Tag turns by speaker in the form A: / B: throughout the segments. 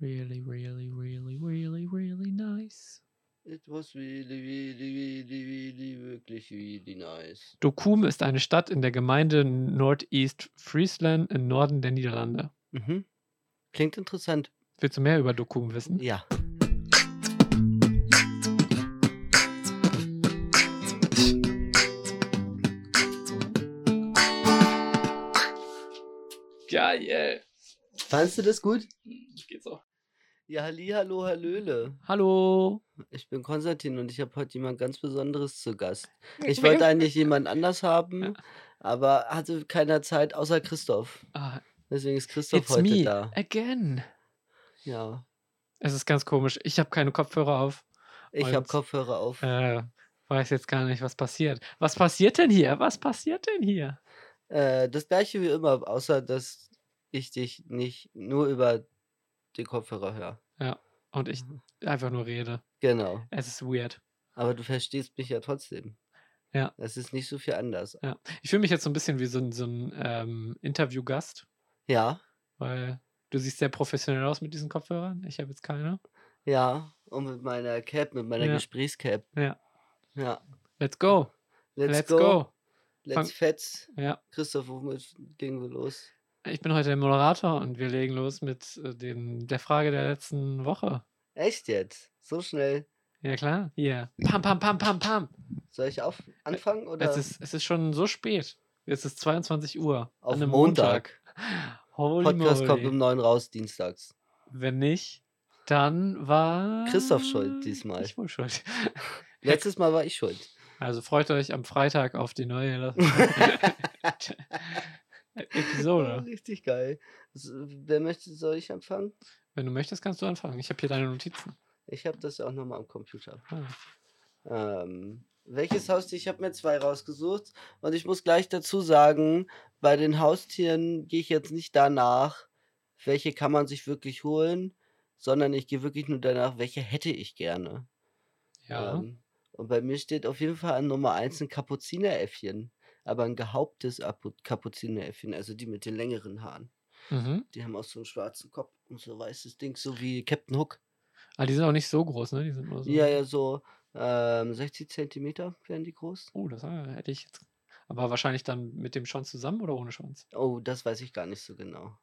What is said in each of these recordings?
A: Really, really, really, really, really nice.
B: It was really, really, really, really, wirklich really nice.
A: Dokum ist eine Stadt in der Gemeinde Northeast Friesland im Norden der Niederlande.
B: Mhm. Klingt interessant.
A: Willst du mehr über Dokum wissen?
B: Ja.
A: Geil.
B: Fandst du das gut?
A: Geht so.
B: Ja, halli, hallo, hallöle.
A: Hallo.
B: Ich bin Konstantin und ich habe heute jemand ganz Besonderes zu Gast. Ich wollte eigentlich jemand anders haben,
A: Ja.
B: aber hatte keiner Zeit außer Christoph.
A: Ah,
B: Deswegen ist Christoph
A: it's
B: heute
A: me
B: da.
A: again.
B: Ja.
A: Es ist ganz komisch. Ich habe keine Kopfhörer auf.
B: Ich
A: Und-
B: habe Kopfhörer auf.
A: Äh, weiß jetzt gar nicht, was passiert. Was passiert denn hier? Was passiert denn hier?
B: Äh, das gleiche wie immer, außer dass ich dich nicht nur über die Kopfhörer höre.
A: Und ich
B: Hm.
A: einfach nur rede.
B: Genau.
A: Es ist weird.
B: Aber du verstehst mich ja trotzdem.
A: Ja.
B: Es ist nicht so viel anders.
A: Ich fühle mich jetzt so ein bisschen wie so ein, so ein ähm, Interviewgast,
B: Ja,
A: weil du siehst sehr professionell aus mit diesen Kopfhörern. Ich habe jetzt keine.
B: ja. Und mit meiner Cap, mit meiner
A: Ja.
B: Gesprächscap.
A: Ja.
B: Ja.
A: Let's go.
B: Let's,
A: Let's
B: go.
A: go. Fang-
B: Let's fetz.
A: Ja.
B: Christoph, womit gingen wir los?
A: Ich bin heute der Moderator und wir legen los mit äh, dem, der Frage der letzten Woche.
B: Echt jetzt? So schnell?
A: Ja, klar. Hier. Pam, pam, pam, pam, pam.
B: Soll ich auf anfangen oder
A: Es ist, es ist schon so spät. Jetzt ist 22 Uhr.
B: auf
A: einem
B: Montag?
A: Montag. Holy
B: Podcast kommt
A: moly.
B: um neun raus, dienstags.
A: Wenn nicht, dann war.
B: Christoph schuld diesmal.
A: Ich wohl schuld.
B: Letztes Mal war ich schuld.
A: Also freut euch am Freitag auf die neue Episode.
B: Richtig geil. S- Wer möchte, soll ich anfangen?
A: Wenn du möchtest, kannst du anfangen. Ich habe hier deine Notizen.
B: Ich habe das auch nochmal am Computer.
A: Ah.
B: Ähm, welches Haustier? Ich habe mir zwei rausgesucht und ich muss gleich dazu sagen, bei den Haustieren gehe ich jetzt nicht danach, welche kann man sich wirklich holen, sondern ich gehe wirklich nur danach, welche hätte ich gerne.
A: Ja.
B: Ähm, und bei mir steht auf jeden Fall an Nummer 1 ein Kapuzineräffchen, aber ein gehauptes Apu- Kapuzineräffchen, also die mit den längeren Haaren.
A: Mhm.
B: Die haben auch so einen schwarzen Kopf und so weißes Ding, so wie Captain Hook.
A: Aber Ah, die sind auch nicht so groß, ne? Die sind nur so.
B: Ja, ja, so ähm, 60 Zentimeter werden die groß.
A: Oh, das äh, hätte ich jetzt. Aber wahrscheinlich dann mit dem Schwanz zusammen oder ohne Schwanz?
B: Oh, das weiß ich gar nicht so genau.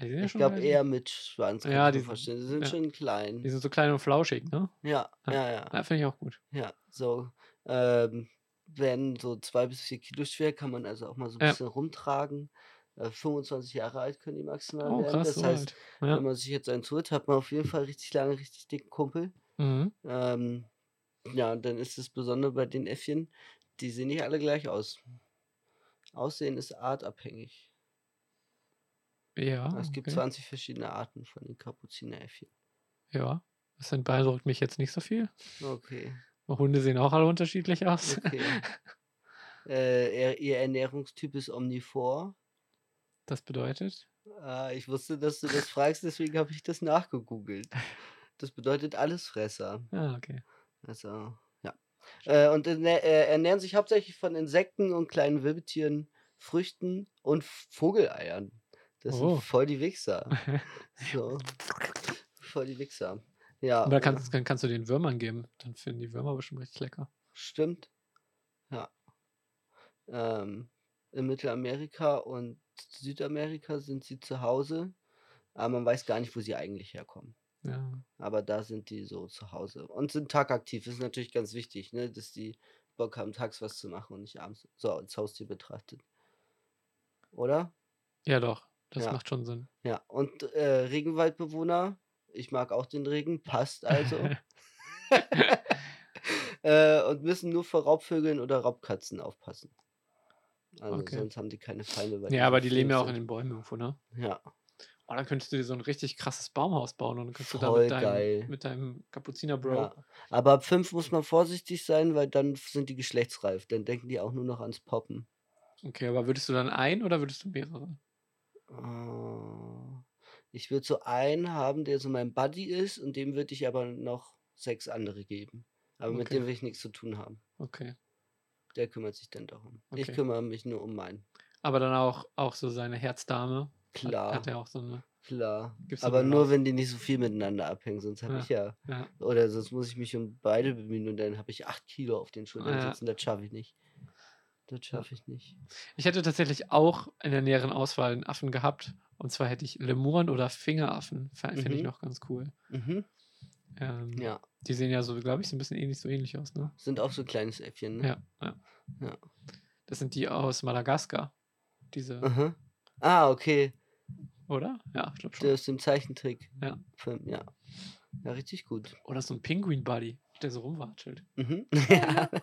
A: Die sind ja
B: Ich
A: schon
B: glaube
A: relativ-
B: eher mit Schwanz. kann
A: Ja,
B: ich mir
A: die sind-
B: vorstellen. Die sind
A: ja.
B: schon klein.
A: Die sind so klein und flauschig, ne?
B: ja,
A: ja.
B: ja, ja, ja,
A: Ja, finde ich auch gut.
B: So ähm, werden so zwei bis vier Kilo schwer, kann man also auch mal so ein
A: Ja.
B: bisschen rumtragen. Äh, 25 Jahre alt können die maximal
A: Oh,
B: werden.
A: krass,
B: das
A: so
B: heißt,
A: alt. Ja.
B: wenn man sich jetzt einen tut, hat man auf jeden Fall richtig lange, richtig dicken Kumpel.
A: Mhm.
B: Ähm, ja, und dann ist das Besondere bei den Äffchen, die sehen nicht alle gleich aus. Aussehen ist artabhängig.
A: Ja.
B: Ah, es gibt
A: Ah, okay.
B: 20 verschiedene Arten von den Kapuzineräffchen.
A: Ja. Das sind- beeindruckt mich jetzt nicht so viel.
B: Okay,
A: Hunde sehen auch alle unterschiedlich aus.
B: okay. äh, er, ihr Ernährungstyp ist omnivor.
A: Das bedeutet.
B: Äh, ich wusste, dass du das fragst, deswegen habe ich das nachgegoogelt. Das bedeutet Allesfresser.
A: Ah, okay.
B: Also, ja. Äh, und erne- äh, ernähren sich hauptsächlich von Insekten und kleinen Wirbeltieren, Früchten und Vogeleiern. Das
A: Oh.
B: sind voll die Wichser. So. Voll die Wichser. Ja.
A: Aber da
B: äh,
A: kannst, dann kannst du den Würmern geben. Dann finden die Würmer bestimmt richtig lecker.
B: Stimmt. Ja. Ähm, in Mittelamerika und Südamerika sind sie zu Hause, aber man weiß gar nicht, wo sie eigentlich herkommen.
A: Ja.
B: Aber da sind die so zu Hause und sind tagaktiv. Das ist natürlich ganz wichtig, ne? dass die Bock haben, tags was zu machen und nicht abends so als Haustier betrachtet. Oder?
A: Ja, doch. Das
B: Ja.
A: macht schon Sinn.
B: Ja. Und äh, Regenwaldbewohner, ich mag auch den Regen, passt also. äh, und müssen nur vor Raubvögeln oder Raubkatzen aufpassen. Also
A: Okay.
B: sonst haben die keine Feinde. weil
A: ja, aber
B: so
A: die
B: flink
A: leben ja auch in
B: sind.
A: den Bäumen irgendwo, ne?
B: Ja,
A: Oh, dann könntest du dir so ein richtig krasses Baumhaus bauen und dann kannst du da
B: Voll
A: mit
B: geil.
A: deinem, mit deinem Kapuziner-Bro.
B: ja. Aber ab 5 muss man vorsichtig sein, weil dann f- sind die geschlechtsreif. Dann denken die auch nur noch ans Poppen.
A: Okay, aber würdest du dann ein oder würdest du mehrere?
B: Oh. Ich würde so einen haben, der so mein Buddy ist und dem würde ich aber noch sechs andere geben. Aber mit
A: Okay.
B: dem will ich nichts zu tun haben.
A: Okay.
B: Der kümmert sich dann darum. Ich
A: Okay.
B: kümmere mich nur um meinen.
A: Aber dann auch, auch so seine Herzdame. Hat-
B: Klar.
A: Hat er auch so eine.
B: Klar.
A: Gibt's
B: Aber
A: aber
B: nur,
A: auch.
B: wenn die nicht so viel miteinander abhängen, sonst habe
A: Ja.
B: ich ja.
A: Ja.
B: Oder sonst muss ich mich um beide bemühen und dann habe ich 8 Kilo auf den Schultern
A: Ja.
B: sitzen. Das schaffe ich nicht. Das schaffe ich nicht.
A: Ich hätte tatsächlich auch in der näheren Auswahl einen Affen gehabt. Und zwar hätte ich Lemuren oder Fingeraffen. Finde ich
B: Mhm.
A: noch ganz cool.
B: Mhm.
A: Ähm,
B: Ja.
A: Die sehen ja so, glaube ich, so ein bisschen ähnlich, so ähnlich aus, ne?
B: Sind auch so kleines Äffchen, ne?
A: Ja, ja.
B: Ja.
A: Das sind die aus Madagaskar. Diese,
B: Aha. Ah, okay.
A: oder? Ja, ich glaube
B: Der
A: schon.
B: aus dem Zeichentrick.
A: Ja.
B: Film, ja. Ja, richtig gut.
A: Oder so ein Pinguin-Buddy, der so rumwatschelt.
B: Mhm. Ja,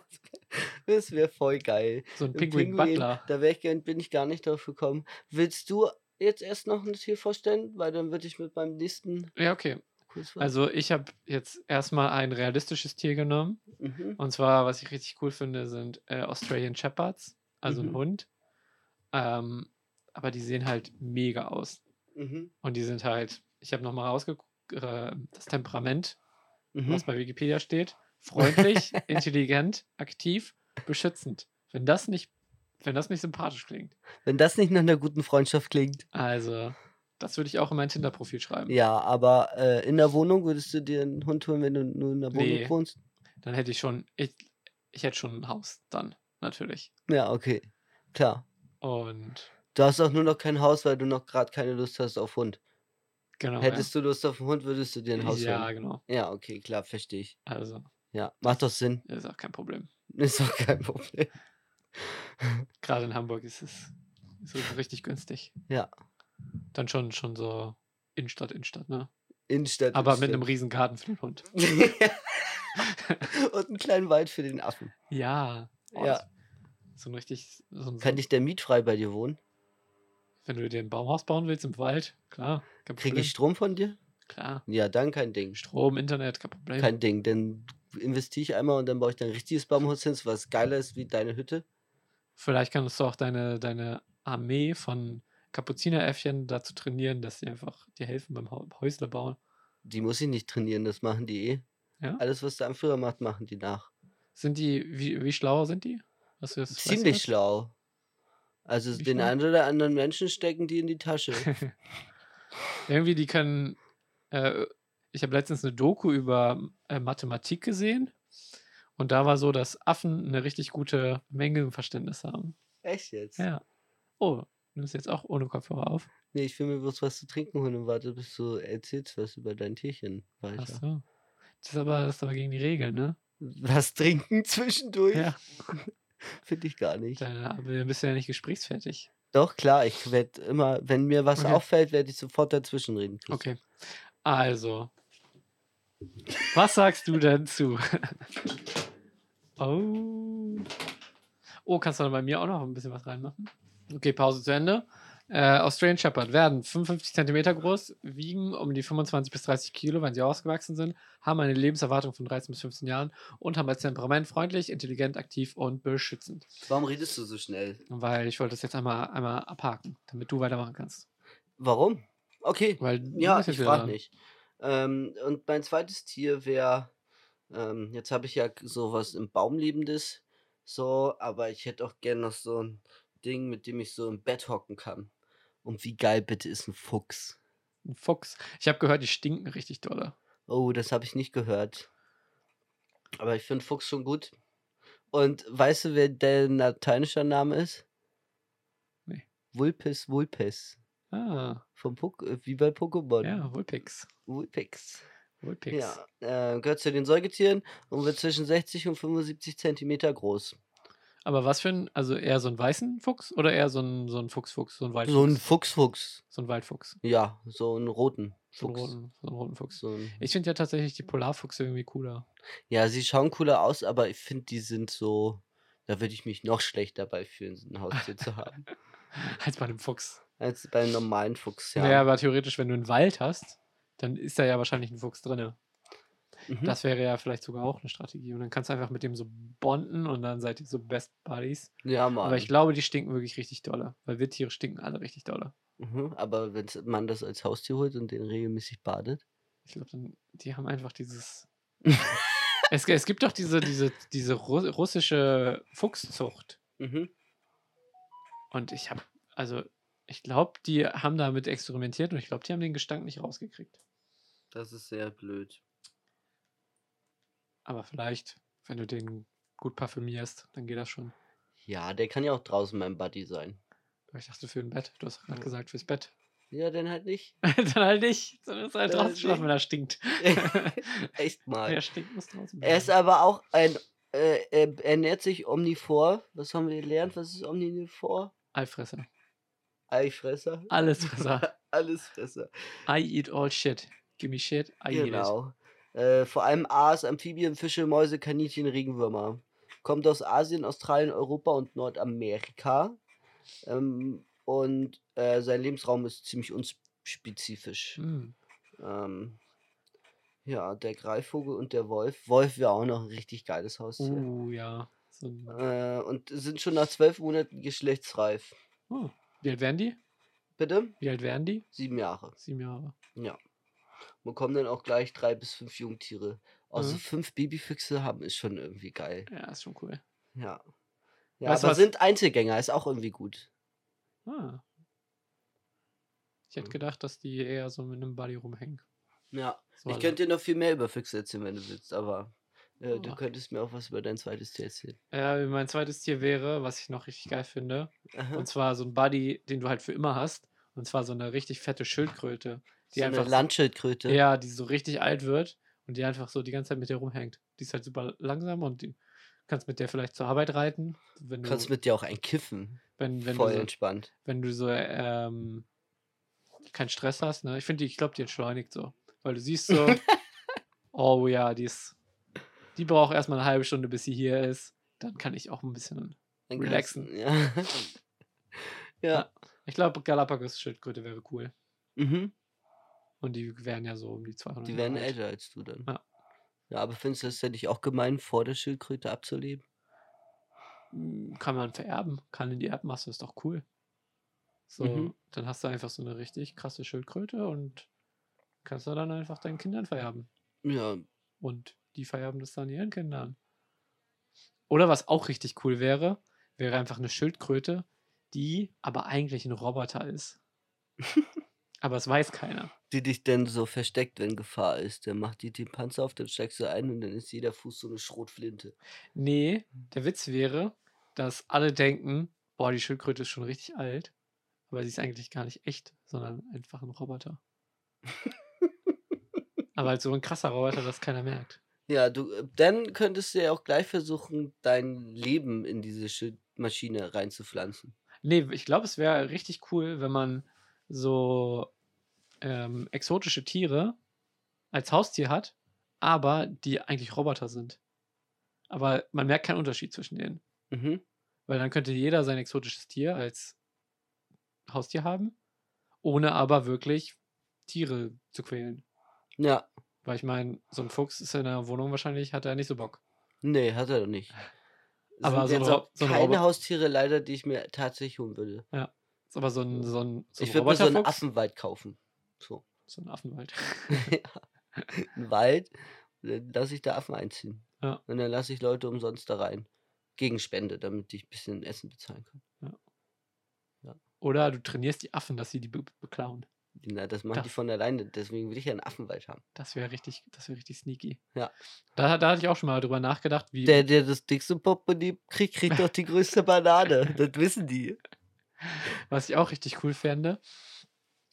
B: das wäre voll geil.
A: So ein
B: Ein
A: Pinguin-Butler.
B: Da wär ich gern, bin ich gar nicht drauf gekommen. Willst du jetzt erst noch ein Tier vorstellen? Weil dann würde ich mit meinem nächsten
A: Ja, okay.
B: kurz was-
A: Also ich habe jetzt erstmal ein realistisches Tier genommen.
B: Mhm.
A: Und zwar, was ich richtig cool finde, sind äh, Australian Shepherds, also ein
B: Mhm.
A: Hund. Ähm, aber die sehen halt mega aus.
B: Mhm.
A: Und die sind halt, ich habe nochmal rausgeguckt, äh, das Temperament,
B: Mhm.
A: was bei Wikipedia steht, freundlich, intelligent, aktiv, beschützend. Wenn das nicht, wenn das nicht sympathisch klingt.
B: Wenn das nicht nach einer guten Freundschaft klingt.
A: Also, das würde ich auch in mein Tinder-Profil schreiben.
B: Ja, aber äh, in der Wohnung würdest du dir einen Hund holen, wenn du nur in der Wohnung
A: Nee.
B: wohnst?
A: Dann hätte ich schon, ich, ich hätte schon ein Haus dann, natürlich.
B: Ja, okay. Klar.
A: Und
B: Du hast auch nur noch kein Haus, weil du noch gerade keine Lust hast auf Hund.
A: genau.
B: Hättest du Lust auf einen Hund, würdest du dir
A: ja.
B: ein Haus
A: Ja,
B: holen.
A: genau.
B: Ja, okay, klar, verstehe ich.
A: Also,
B: Ja, macht doch Sinn.
A: ist auch kein Problem.
B: Ist doch kein Problem.
A: Gerade in Hamburg ist es ist es richtig günstig.
B: Ja.
A: Dann schon, schon so Innenstadt, Innenstadt, ne?
B: Innenstadt.
A: Aber mit einem
B: Innenstadt.
A: riesen Garten für den Hund.
B: Und einen kleinen Wald für den Affen.
A: Ja. Oh,
B: Ja.
A: das- So ein richtig, so ein, so,
B: Kann ich der mietfrei bei dir wohnen?
A: wenn du dir ein Baumhaus bauen willst im Wald, klar, kein
B: Kriege
A: Problem.
B: ich Strom von dir?
A: klar.
B: Ja, dann kein Ding.
A: Strom, Internet, kein Problem.
B: Kein Ding. Dann investiere ich einmal und dann baue ich dann ein richtiges Baumhaus hin, was geiler ist wie deine Hütte.
A: Vielleicht kannst du auch deine, deine Armee von Kapuzineräffchen dazu trainieren, dass sie einfach dir helfen beim Hau- Häusle bauen.
B: Die muss ich nicht trainieren, das machen die eh.
A: Ja?
B: Alles, was der Anführer macht, machen die nach.
A: Sind die, wie, wie schlau sind die? Hast du das, weißt du
B: Ziemlich
A: das?
B: schlau. Also
A: Ziemlich
B: den
A: schlau.
B: einen oder anderen Menschen stecken die in die Tasche.
A: Irgendwie, die können. Äh, ich habe letztens eine Doku über äh, Mathematik gesehen. Und da war so, dass Affen eine richtig gute Mengenverständnis haben.
B: Echt jetzt?
A: Ja. Oh, nimmst du jetzt auch ohne Kopfhörer auf?
B: Nee, ich will mir bloß was zu trinken holen und warte, bis du erzählst was über dein Tierchen
A: Ach
B: weiter.
A: so. Das ist, aber, das ist aber gegen die Regeln, ne?
B: Was trinken zwischendurch?
A: Ja.
B: Finde ich gar nicht.
A: Dann äh, bist du ja nicht gesprächsfertig.
B: Doch, klar, ich werde immer, wenn mir was
A: Okay.
B: auffällt, werde ich sofort dazwischenreden. Chris.
A: Okay. Also. Was sagst du denn zu? oh. Oh, kannst du dann bei mir auch noch ein bisschen was reinmachen? Okay, Pause zu Ende. Äh, Australian Shepherd werden 55 cm groß, wiegen um die 25 bis 30 Kilo, wenn sie ausgewachsen sind, haben eine Lebenserwartung von 13 bis 15 Jahren und haben als Temperament freundlich, intelligent, aktiv und beschützend.
B: Warum redest du so schnell?
A: Weil ich wollte das jetzt einmal, einmal abhaken, damit du weitermachen kannst.
B: Warum? Okay.
A: Weil du
B: Ja,
A: bist jetzt
B: ich
A: wieder
B: frage
A: dran.
B: nicht. Ähm, und mein zweites Tier wäre, ähm, jetzt habe ich ja k- sowas im Baum lebendes, so, aber ich hätte auch gerne noch so ein Ding, mit dem ich so im Bett hocken kann. Und wie geil bitte ist ein Fuchs?
A: Ein Fuchs. Ich habe gehört, die stinken richtig dolle.
B: Oh, das habe ich nicht gehört. Aber ich finde Fuchs schon gut. Und weißt du, wer dein lateinischer Name ist?
A: Nee.
B: Vulpes Vulpes.
A: Ah,
B: Vom Pok äh, wie bei Pokémon.
A: ja, Vulpix.
B: Vulpix.
A: Vulpix.
B: Ja, äh, gehört zu den Säugetieren und wird zwischen 60 und 75 Zentimeter groß.
A: Aber was für ein, also eher so einen weißen Fuchs oder eher so ein, so ein Fuchsfuchs, so ein Waldfuchs?
B: So ein Fuchsfuchs.
A: so ein Waldfuchs.
B: Ja, so einen roten
A: So einen,
B: Fuchs.
A: roten, so einen roten Fuchs.
B: So ein,
A: Ich finde ja tatsächlich die Polarfuchse irgendwie cooler.
B: ja, sie schauen cooler aus, aber ich finde, die sind so. Da würde ich mich noch schlechter bei fühlen, so ein Haustier zu haben.
A: Als bei einem Fuchs.
B: Als bei einem normalen Fuchs,
A: Ja.
B: Hm. ja.
A: Naja, aber theoretisch, wenn du einen Wald hast, dann ist da ja wahrscheinlich ein Fuchs drin.
B: mhm.
A: Das wäre ja vielleicht sogar auch eine Strategie. Und dann kannst du einfach mit dem so bonden und dann seid ihr so Best Buddies.
B: ja, Mann.
A: Aber ich glaube, die stinken wirklich richtig dolle. Weil Wildtiere stinken alle richtig dolle.
B: mhm. aber wenn man das als Haustier holt und den regelmäßig badet.
A: Ich glaube, dann, die haben einfach dieses. es, es gibt doch diese, diese, diese Ru russische Fuchszucht.
B: Mhm.
A: Und ich habe, also, Ich glaube, die haben damit experimentiert und ich glaube, die haben den Gestank nicht rausgekriegt.
B: Das ist sehr blöd.
A: Aber vielleicht, wenn du den gut parfümierst, dann geht das schon.
B: Ja, der kann ja auch draußen mein Buddy sein.
A: Aber ich dachte für ein Bett. Du hast gerade
B: Ja.
A: gesagt, fürs Bett.
B: Ja, dann halt nicht.
A: dann halt nicht. Sondern ist halt
B: Dann
A: draußen
B: halt
A: schlafen,
B: nicht.
A: wenn er stinkt.
B: Echt mal.
A: Wer stinkt, muss draußen
B: Er ist
A: bleiben.
B: aber auch ein. Äh, er ernährt sich omnivor. Was haben wir gelernt? Was ist omnivor?
A: Allfresser.
B: Eifresser.
A: Allesfresser.
B: Allesfresser.
A: I eat all shit. Give me shit, I eat
B: Genau. Äh, vor allem Aas, Amphibien, Fische, Mäuse, Kaninchen, Regenwürmer. Kommt aus Asien, Australien, Europa und Nordamerika. Ähm, und äh, sein Lebensraum ist ziemlich unspezifisch.
A: it. Mm.
B: Ähm, ja, der Greifvogel und der Wolf. Wolf wäre auch noch ein richtig geiles Haustier.
A: Oh ja. So ein,
B: Äh, und sind schon nach zwölf Monaten geschlechtsreif.
A: oh. Wie alt werden die?
B: Bitte?
A: Wie alt werden die?
B: Sieben Jahre.
A: Sieben Jahre.
B: Bekommen dann auch gleich drei bis fünf Jungtiere. Also
A: Mhm.
B: fünf Babyfüchse haben ist schon irgendwie geil.
A: Ja, ist schon cool.
B: Ja. Ja,
A: Weißt du
B: aber
A: was?
B: sind Einzelgänger, ist auch irgendwie gut.
A: Ah. Ich hätte
B: Mhm.
A: gedacht, dass die eher so mit einem Buddy rumhängen.
B: Ja.
A: So
B: ich könnte dir noch viel mehr über Füchse erzählen, wenn du willst, aber äh, du
A: Ah.
B: könntest mir auch was über dein zweites Tier erzählen.
A: Ja, mein zweites Tier wäre, was ich noch richtig geil finde,
B: Aha.
A: und zwar so ein Buddy, den du halt für immer hast. Und zwar so eine richtig fette Schildkröte, die
B: so
A: einfach
B: eine
A: so-
B: Landschildkröte.
A: ja, die so richtig alt wird und die einfach so die ganze Zeit mit dir rumhängt. Die ist halt super langsam und die kannst mit der vielleicht zur Arbeit reiten. Wenn du,
B: Du kannst mit dir auch ein Kiffen.
A: wenn, wenn
B: Voll
A: du so,
B: entspannt.
A: wenn du so ähm, keinen Stress hast, ne? Ich finde, die- ich glaube, die entschleunigt so. Weil du siehst so, oh ja, die ist, die braucht erstmal eine halbe Stunde, bis sie hier ist. Dann kann ich auch ein bisschen.
B: Dann kannst-
A: Relaxen.
B: Ja. ja.
A: Ich glaube, Galapagos-Schildkröte wäre cool.
B: Mhm.
A: Und die wären ja so um die 200.
B: Die
A: Jahre
B: werden
A: alt.
B: älter als du dann.
A: Ja.
B: Ja, aber findest du es denn nicht auch gemein, vor der Schildkröte abzuleben?
A: Mm, Kann man vererben, kann in die Erbmasse, ist doch cool. So,
B: Mhm.
A: dann hast du einfach so eine richtig krasse Schildkröte und kannst du dann einfach deinen Kindern vererben.
B: Ja,
A: Und die vererben das dann ihren Kindern. Oder was auch richtig cool wäre, wäre einfach eine Schildkröte, die aber eigentlich ein Roboter ist. aber es weiß keiner.
B: die dich denn so versteckt, wenn Gefahr ist. Dann macht die den Panzer auf, dann steigst du ein und dann ist jeder Fuß so eine Schrotflinte.
A: Nee, der Witz wäre, dass alle denken, boah, die Schildkröte ist schon richtig alt, aber sie ist eigentlich gar nicht echt, sondern einfach ein Roboter. aber halt so ein krasser Roboter, dass keiner merkt.
B: Ja, du, äh, dann könntest du ja auch gleich versuchen, dein Leben in diese Schild Maschine reinzupflanzen.
A: Nee, Ne, ich glaube, es wäre richtig cool, wenn man so ähm, exotische Tiere als Haustier hat, aber die eigentlich Roboter sind. Aber man merkt keinen Unterschied zwischen denen.
B: Mhm.
A: Weil dann könnte jeder sein exotisches Tier als Haustier haben, ohne aber wirklich Tiere zu quälen.
B: Ja,
A: Weil ich meine, so ein Fuchs ist in der Wohnung wahrscheinlich, hat er nicht so Bock.
B: nee, hat er doch nicht. Es
A: Aber
B: sind
A: so ein
B: jetzt
A: Ro-
B: auch
A: so ein
B: keine
A: Robo-
B: Haustiere leider, die ich mir tatsächlich holen würde.
A: Ist aber so ein, so ein, so ein
B: ich würde mir so einen
A: Roboterfuchs-
B: Affenwald kaufen. So.
A: So ein Affenwald.
B: Einen Wald, dann lasse ich da Affen einziehen.
A: Ja.
B: Und dann lasse ich Leute umsonst da rein. Gegen Spende, damit ich ein bisschen Essen bezahlen kann.
A: Oder du trainierst die Affen, dass sie die be beklauen.
B: Na, das machen die
A: Das-
B: von alleine, deswegen will ich ja einen Affenwald haben.
A: Das wäre richtig, das wäre richtig sneaky.
B: Ja.
A: Da, da hatte ich auch schon mal drüber nachgedacht, wie.
B: Der, der das dickste Portemonnaie kriegt, kriegt doch die größte Banane. Das wissen die.
A: Was ich auch richtig cool fände,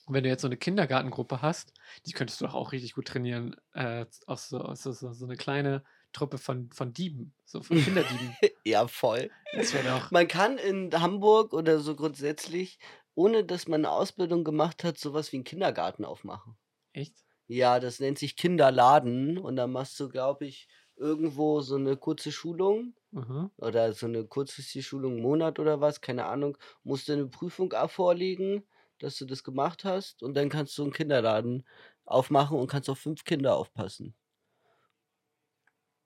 A: wenn du jetzt so eine Kindergartengruppe hast, die könntest du doch auch richtig gut trainieren, äh, aus so, aus so, so so eine kleine Truppe von, von Dieben, so von Kinderdieben.
B: Ja, voll.
A: das wäre doch.
B: Man kann in Hamburg oder so grundsätzlich, ohne dass man eine Ausbildung gemacht hat, sowas wie einen Kindergarten aufmachen.
A: Echt?
B: Ja, das nennt sich Kinderladen und dann machst du, glaube ich, irgendwo so eine kurze Schulung
A: Mhm.
B: oder so eine kurzfristige Schulung, einen Monat oder was, keine Ahnung, musst du eine Prüfung ab- vorlegen, dass du das gemacht hast und dann kannst du einen Kinderladen aufmachen und kannst auf fünf Kinder aufpassen.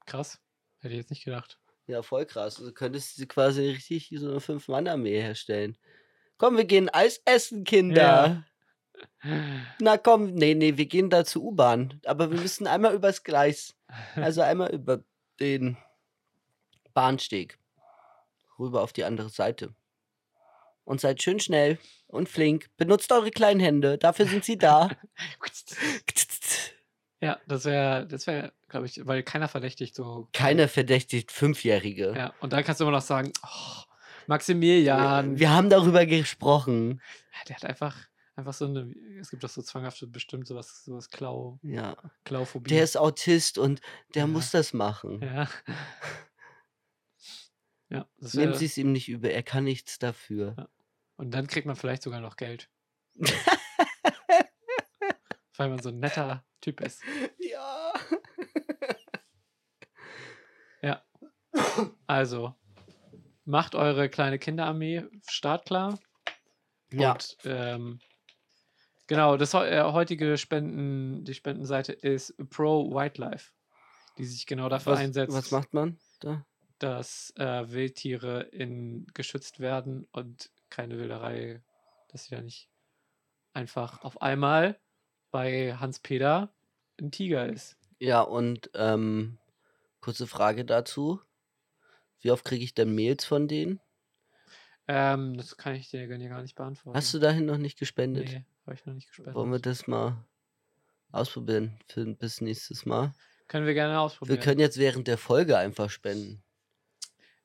A: Krass. Hätte ich jetzt nicht gedacht.
B: Ja, voll krass. Du könntest sie quasi richtig so eine Fünf-Mann-Armee herstellen. Komm, wir gehen Eis essen, Kinder.
A: Ja.
B: Na komm, nee, nee, wir gehen da zur U-Bahn. Aber wir müssen einmal übers Gleis. Also einmal über den Bahnsteg. Rüber auf die andere Seite. und seid schön schnell und flink. Benutzt eure kleinen Hände, dafür sind sie da.
A: Ja, das wäre, das wäre, glaube ich, weil keiner verdächtigt so.
B: Keiner verdächtigt Fünfjährige.
A: Ja, und dann kannst du immer noch sagen, oh, Maximilian,
B: Wir haben darüber gesprochen.
A: Ja, der hat einfach, einfach so eine, es gibt doch so zwanghafte, bestimmt sowas, sowas Klau,
B: Ja.
A: Klauphobie.
B: Der ist Autist und der
A: Ja.
B: muss das machen.
A: Ja. ja das
B: Nehmen
A: wär-
B: Sie es ihm nicht übel, er kann nichts dafür.
A: und dann kriegt man vielleicht sogar noch Geld. weil man so ein netter Typ ist.
B: Ja.
A: Also, macht eure kleine Kinderarmee startklar.
B: Ja.
A: Und, ähm, genau, das heu- äh, heutige Spenden, die Spendenseite ist Pro Wildlife, die sich genau dafür
B: Was,
A: einsetzt,
B: was macht man da?
A: dass äh, Wildtiere in, geschützt werden und keine Wilderei, dass sie da nicht einfach auf einmal bei Hans Peter ein Tiger ist.
B: Ja, und ähm, kurze Frage dazu. Wie oft kriege ich denn Mails von denen?
A: Ähm, das kann ich dir gar dir gar nicht beantworten.
B: Hast du dahin noch nicht gespendet?
A: Nee, habe ich noch nicht gespendet.
B: Wollen wir das mal ausprobieren für, bis nächstes Mal?
A: Können wir gerne
B: Wir
A: ausprobieren.
B: können jetzt während der Folge einfach spenden.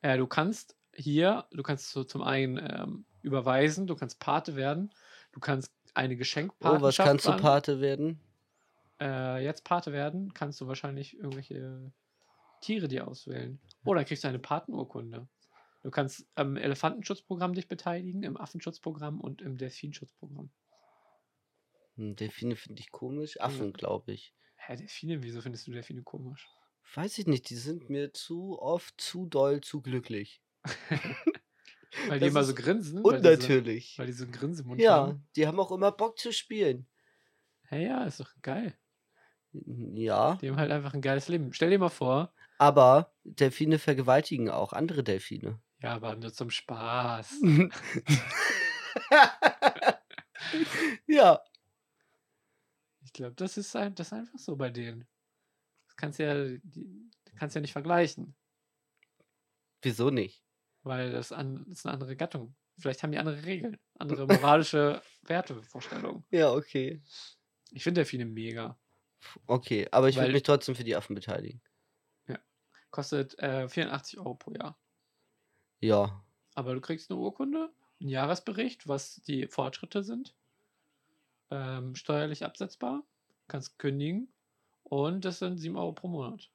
A: äh, du kannst hier, du kannst so zum einen ähm, überweisen, du kannst Pate werden, du kannst eine Geschenkpatenschaft
B: Oh, was kannst du
A: beantragen.
B: Pate werden?
A: äh, jetzt Pate werden, kannst du wahrscheinlich irgendwelche Tiere dir auswählen. Oder kriegst du eine Patenurkunde. Du kannst am Elefantenschutzprogramm dich beteiligen, im Affenschutzprogramm und im Delfinschutzprogramm.
B: Hm, Delfine finde ich komisch. Affen, glaube ich.
A: Hä, Delfine, wieso findest du Delfine komisch?
B: Weiß ich nicht, die sind mir zu oft, zu doll, zu glücklich.
A: Weil die
B: Das
A: immer so
B: ist
A: grinsen.
B: Und
A: Hm, weil die ne? so-
B: natürlich.
A: Weil die so einen Grinsemund
B: Ja,
A: haben.
B: die haben auch immer Bock zu spielen.
A: Hä, ja, ist doch geil.
B: Ja,
A: Die haben halt einfach ein geiles Leben. Stell dir mal vor,
B: aber Delfine vergewaltigen auch andere Delfine.
A: ja, aber nur zum Spaß.
B: ja,
A: Ich glaube, das ist ein, das ist einfach so bei denen. Das kannst du ja, die, kannst ja nicht vergleichen,
B: wieso nicht?
A: weil das, an, das ist eine andere Gattung. Vielleicht haben die andere Regeln, andere moralische Wertevorstellungen.
B: Ja, okay.
A: Ich finde Delfine mega.
B: Okay, aber ich würde
A: Weil-
B: mich trotzdem für die Affen beteiligen.
A: Kostet äh, 84 Euro pro Jahr.
B: Ja,
A: Aber du kriegst eine Urkunde, einen Jahresbericht, was die Fortschritte sind, ähm, steuerlich absetzbar, kannst kündigen und das sind 7 Euro pro Monat.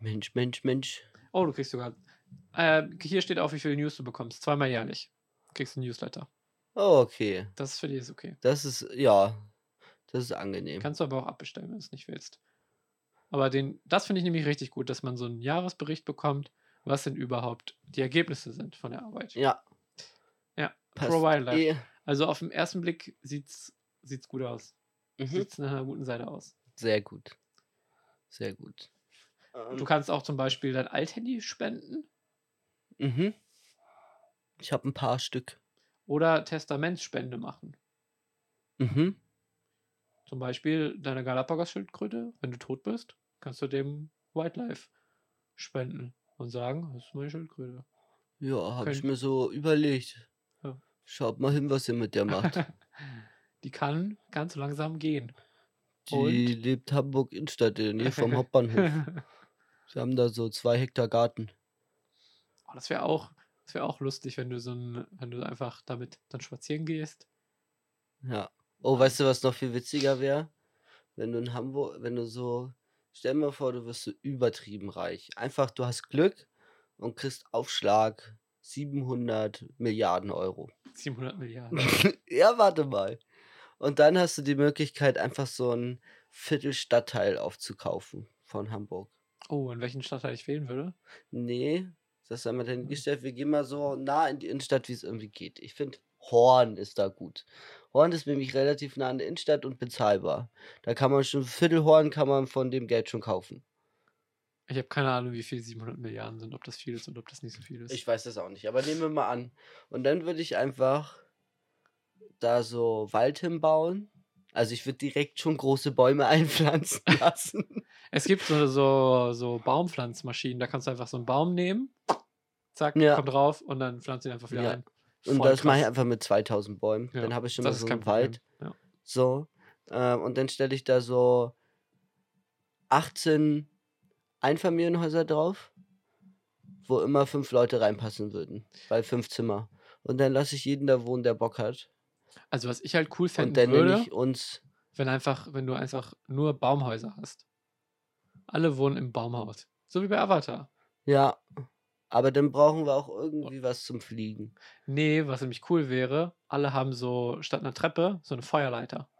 B: Mensch, Mensch, Mensch.
A: Oh, du kriegst sogar. Äh, hier steht auf, wie viele News du bekommst. Zweimal jährlich kriegst du einen Newsletter.
B: Oh, okay.
A: Das ist für dich ist okay.
B: Das ist, ja, das ist angenehm.
A: Kannst du aber auch abbestellen, wenn du es nicht willst. Aber den, das finde ich nämlich richtig gut, dass man so einen Jahresbericht bekommt, was denn überhaupt die Ergebnisse sind von der Arbeit.
B: Ja.
A: Ja,
B: Passt.
A: Pro Wildlife.
B: Eh.
A: Also auf den ersten Blick sieht's, sieht's gut aus.
B: Mhm.
A: Sieht's nach einer guten Seite aus.
B: Sehr gut. Sehr gut.
A: Du kannst auch zum Beispiel dein Althandy spenden
B: Mhm. Ich habe ein paar Stück.
A: oder Testamentsspende machen.
B: Mhm.
A: Zum Beispiel deine Galapagos-Schildkröte, wenn du tot bist, kannst du dem Wildlife spenden und sagen, das ist meine Schildkröte.
B: Ja, habe ich
A: Könnt-
B: mir so überlegt.
A: Ja.
B: Schaut mal hin, was ihr mit der macht.
A: Die kann ganz langsam gehen.
B: Die
A: Und?
B: lebt Hamburg Innenstadt in der Nähe vom Hauptbahnhof.
A: oh,
B: Sie haben da so zwei Hektar Garten.
A: das wäre auch, das wär auch lustig, wenn du so ein, wenn du einfach damit dann spazieren gehst.
B: Ja. Oh, weißt du, was noch viel witziger wäre? Wenn du in Hamburg, wenn du so, stell dir mal vor, du wirst so übertrieben reich. Einfach, du hast Glück und kriegst Aufschlag 700 Milliarden Euro.
A: 700 Milliarden.
B: ja, warte mal. Und dann hast du die Möglichkeit, einfach so ein Viertelstadtteil aufzukaufen von Hamburg.
A: Oh, in welchen Stadtteil ich wählen würde?
B: Nee, Ne, das haben wir dahingestellt. Wir gehen mal so nah in die Innenstadt, wie es irgendwie geht. Ich finde, Horn ist da gut. Horn ist nämlich relativ nah an der Innenstadt und bezahlbar. Da kann man schon, Viertelhorn kann man von dem Geld schon kaufen.
A: Ich habe keine Ahnung, wie viel 700 Milliarden sind, ob das viel ist und ob das nicht so viel ist.
B: Ich weiß das auch nicht, aber nehmen wir mal an. Und dann würde ich einfach da so Wald hinbauen. Also ich würde direkt schon große Bäume einpflanzen lassen.
A: Es gibt so, so, so Baumpflanzmaschinen, da kannst du einfach so einen Baum nehmen, zack,
B: Ja.
A: kommt drauf und dann pflanzt ihn einfach wieder
B: Ja.
A: ein.
B: Und
A: Voll
B: das mache ich
A: krass.
B: einfach mit 2000 Bäumen.
A: Ja,
B: Dann habe ich schon mal
A: Das ist
B: so
A: kein
B: einen
A: Problem.
B: Wald.
A: Ja.
B: So. Ähm, und dann stelle ich da so 18 Einfamilienhäuser drauf, wo immer fünf Leute reinpassen würden. Weil fünf Zimmer. Und dann lasse ich jeden da wohnen, der Bock hat.
A: Also was ich halt cool fänden
B: und dann nenne
A: würde,
B: ich uns.
A: wenn einfach, wenn du einfach nur Baumhäuser hast. Alle wohnen im Baumhaus. So wie bei Avatar.
B: Ja. Aber dann brauchen wir auch irgendwie was zum Fliegen.
A: Nee, was nämlich cool wäre, alle haben so statt einer Treppe so eine Feuerleiter.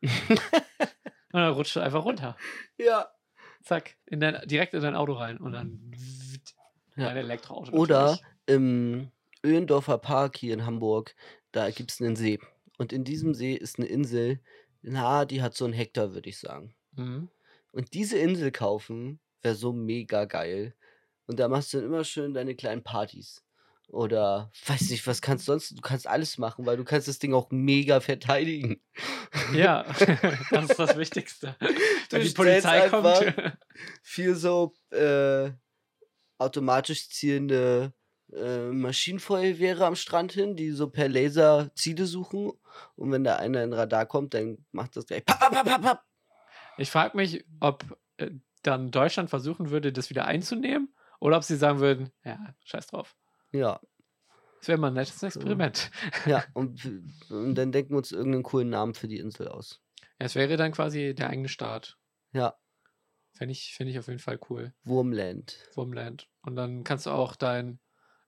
A: und dann rutscht du einfach runter.
B: Ja.
A: Zack. In dein, direkt in dein Auto rein und dann
B: Ja.
A: ein Elektroauto.
B: Oder
A: natürlich.
B: im Öhendorfer Park hier in Hamburg, da gibt es einen See. Und in diesem See ist eine Insel, na, die hat so einen Hektar, würde ich sagen.
A: Mhm.
B: Und diese Insel kaufen wäre so mega geil. Und da machst du dann immer schön deine kleinen Partys. Oder weiß nicht, was kannst du sonst? Du kannst alles machen, weil du kannst das Ding auch mega verteidigen.
A: Ja, das ist das Wichtigste. Wenn die
B: stellst
A: Polizei kommt.
B: viel so äh, automatisch zielende äh, Maschinenfeuerwehre am Strand hin, die so per Laser Ziele suchen. Und wenn da einer in Radar kommt, dann macht das gleich. Papp, papp, papp, papp, papp.
A: Ich frage mich, ob äh, dann Deutschland versuchen würde, das wieder einzunehmen oder ob sie sagen würden, ja, scheiß drauf.
B: Ja,
A: Das wäre mal ein nettes Experiment.
B: ja. Und, w- und dann denken wir uns irgendeinen coolen Namen für die Insel aus.
A: Ja, es wäre dann quasi der eigene Staat.
B: Ja,
A: Fände ich, fänd ich auf jeden Fall cool.
B: Wurmland.
A: Wurmland. Und dann kannst du auch dein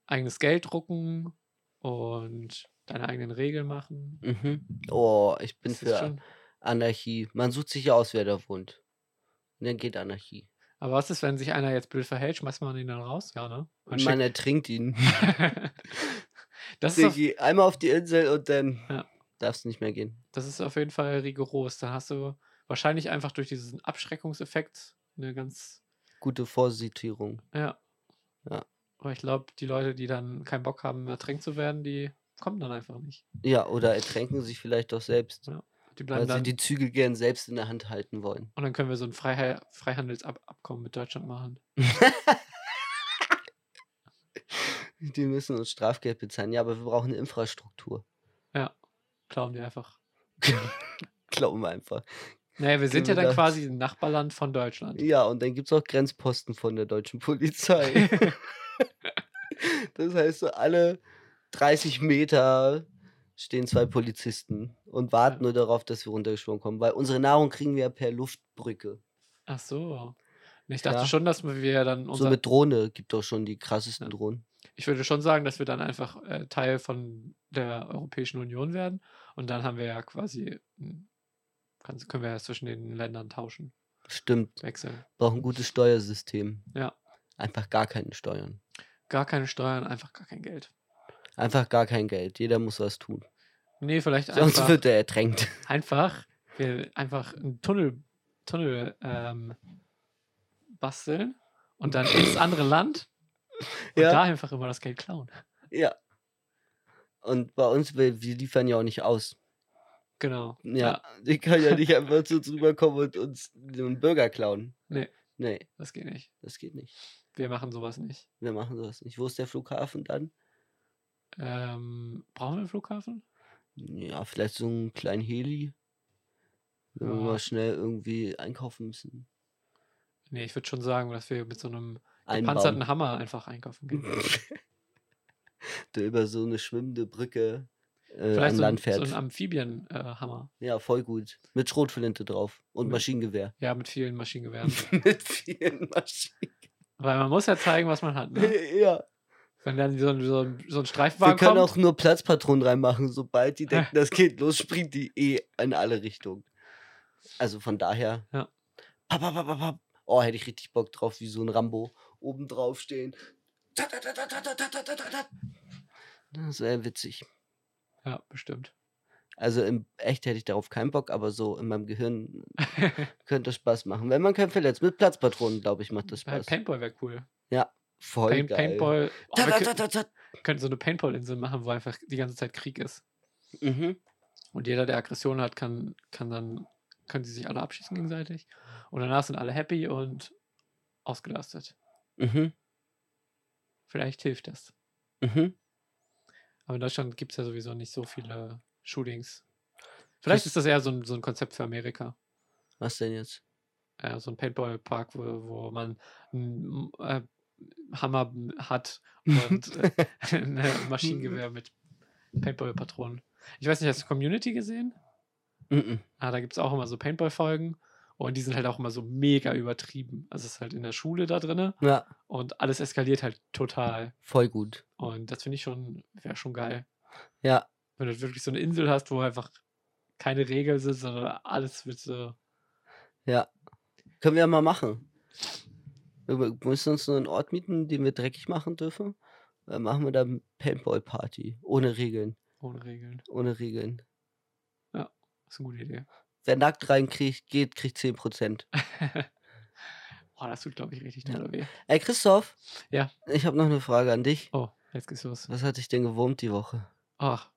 A: eigenes Geld drucken und deine eigenen Regeln machen.
B: Mhm. Oh, ich bin
A: Das ist
B: für
A: schon-
B: Anarchie. Man sucht sich ja aus, wer da wohnt. Und dann geht Anarchie.
A: Aber was ist, wenn sich einer jetzt blöd verhält? Schmeißt man ihn dann raus? Ja, ne? Man
B: Und man ertrinkt ihn.
A: schickt- das, ist auf,
B: Diggi, einmal auf die Insel und dann
A: Ja.
B: darfst du nicht mehr gehen.
A: das ist auf jeden Fall rigoros. Dann hast du wahrscheinlich einfach durch diesen Abschreckungseffekt eine ganz,
B: gute Vorsortierung.
A: ja.
B: Ja.
A: Aber ich glaube, die Leute, die dann keinen Bock haben, ertränkt zu werden, die kommen dann einfach nicht.
B: Ja, oder ertränken sich vielleicht doch selbst,
A: Die bleiben
B: weil sie
A: dann.
B: die Züge gern selbst in der Hand halten wollen.
A: und dann können wir so ein Freihei Freihandelsabkommen mit Deutschland machen.
B: Die müssen uns Strafgeld bezahlen. Ja, aber wir brauchen eine Infrastruktur.
A: Klauen die einfach.
B: Glauben wir einfach.
A: Naja, wir sind ja dann
B: Gedacht.
A: quasi ein Nachbarland von Deutschland.
B: Ja, und dann gibt es auch Grenzposten von der deutschen Polizei. Das heißt, so alle 30 Meter stehen zwei Polizisten und warten
A: Ja.
B: nur darauf, dass wir runtergeschwommen kommen, weil unsere Nahrung kriegen wir ja per Luftbrücke.
A: Ach so. Und Ich dachte
B: Ja.
A: schon, dass wir dann
B: so
A: unser.
B: mit Drohne gibt doch schon die krassesten
A: Ja.
B: Drohnen.
A: ich würde schon sagen, dass wir dann einfach äh, Teil von der Europäischen Union werden. Und dann haben wir ja quasi. m, Kannst, können wir ja zwischen den Ländern tauschen,
B: Stimmt.
A: wechseln.
B: brauchen ein gutes Steuersystem.
A: Ja.
B: Einfach gar keine Steuern.
A: Gar keine Steuern, einfach gar kein Geld.
B: Einfach gar kein Geld. Jeder muss was tun.
A: Nee, vielleicht
B: Sonst
A: einfach.
B: wird er ertränkt.
A: Einfach. Wir einfach einen Tunnel, Tunnel ähm, basteln und dann ins andere Land und da
B: Ja,
A: einfach immer das Geld klauen.
B: ja. Und bei uns, wir, wir liefern ja auch nicht aus.
A: Genau.
B: Ja. Ich kann ja nicht einfach zu uns rüberkommen und uns einen Burger klauen.
A: Nee.
B: Nee,
A: Das geht nicht.
B: das geht nicht.
A: Wir machen sowas nicht.
B: Wir machen sowas nicht. Wo ist der Flughafen dann?
A: Ähm, brauchen wir einen Flughafen?
B: Ja, vielleicht so einen kleinen Heli. Wenn wir
A: Ja.
B: mal schnell irgendwie einkaufen müssen.
A: Nee, ich würde schon sagen, dass wir mit so einem
B: Einbauen. Äh,
A: gepanzerten Hammer einfach einkaufen gehen.
B: Der über so eine schwimmende Brücke äh,
A: Vielleicht
B: an
A: so ein,
B: Land
A: so
B: fährt.
A: ein äh, Amphibien-Hammer.
B: Ja, voll gut. Mit Schrotflinte drauf und
A: Mit-
B: Maschinengewehr.
A: ja, mit vielen Maschinengewehren.
B: Mit vielen Maschinen.
A: Weil man muss ja zeigen, was man hat. Ne?
B: Ja.
A: Wenn dann so ein, so ein, so ein
B: Wir
A: Streifenwagen
B: können
A: kommt.
B: auch nur Platzpatronen reinmachen. Sobald die denken, das geht los, springt die eh in alle Richtungen. Also von daher.
A: Ja.
B: Papp, papp, papp, papp, papp. Oh, hätte ich richtig Bock drauf, wie so ein Rambo. Oben drauf stehen. Ta, ta, ta, ta, ta, ta, ta, ta, ta, ta, ta. Das wäre witzig.
A: ja, bestimmt.
B: Also in echt hätte ich darauf keinen Bock, aber so in meinem Gehirn könnte das Spaß machen. Wenn man kein verletzt, mit Platzpatronen, glaube ich, macht das
A: Weil
B: Spaß.
A: Halt Paintball wäre cool.
B: Voll
A: Paint,
B: geil.
A: Paintball. Oh,
B: Ta,
A: wir
B: ta,
A: kö-
B: ta, ta, ta.
A: könnten so eine Paintball-Insel machen, wo einfach die ganze Zeit Krieg ist.
B: Mhm.
A: Und jeder, der Aggression hat, kann, kann dann, können sie sich alle abschießen gegenseitig. Und danach sind alle happy und ausgelastet.
B: Mhm.
A: Vielleicht hilft das.
B: Mhm.
A: Aber in Deutschland gibt es ja sowieso nicht so viele Shootings. Vielleicht ist das eher so ein, so ein Konzept für Amerika.
B: Was denn jetzt?
A: Äh, so ein Paintball-Park, wo, wo man einen äh, Hammer hat und äh, ein äh, Maschinengewehr mit Paintball-Patronen. Ich weiß nicht, hast du Community gesehen?
B: Mhm.
A: Ah, da gibt es auch immer so Paintball-Folgen. Und die sind halt auch immer so mega übertrieben. Also es ist halt in der Schule da drinne
B: Ja,
A: und alles eskaliert halt total.
B: voll gut.
A: Und das finde ich schon, wäre schon geil.
B: Ja,
A: Wenn du wirklich so eine Insel hast, wo einfach keine Regeln sind, sondern alles wird so.
B: ja. Können wir ja mal machen. Wir wir müssen uns nur einen Ort mieten, den wir dreckig machen dürfen. Dann machen wir da Paintball-Party. Ohne Regeln.
A: Ohne Regeln.
B: Ohne Regeln.
A: Das ist eine gute Idee.
B: Wer nackt reinkriegt, geht, kriegt 10%.
A: Boah, das tut, glaube ich, richtig doll weh.
B: Ey, Christoph.
A: Ja.
B: Ich habe noch eine Frage an dich.
A: Oh, jetzt geht's los.
B: Was hat dich denn gewurmt die Woche?
A: Ach,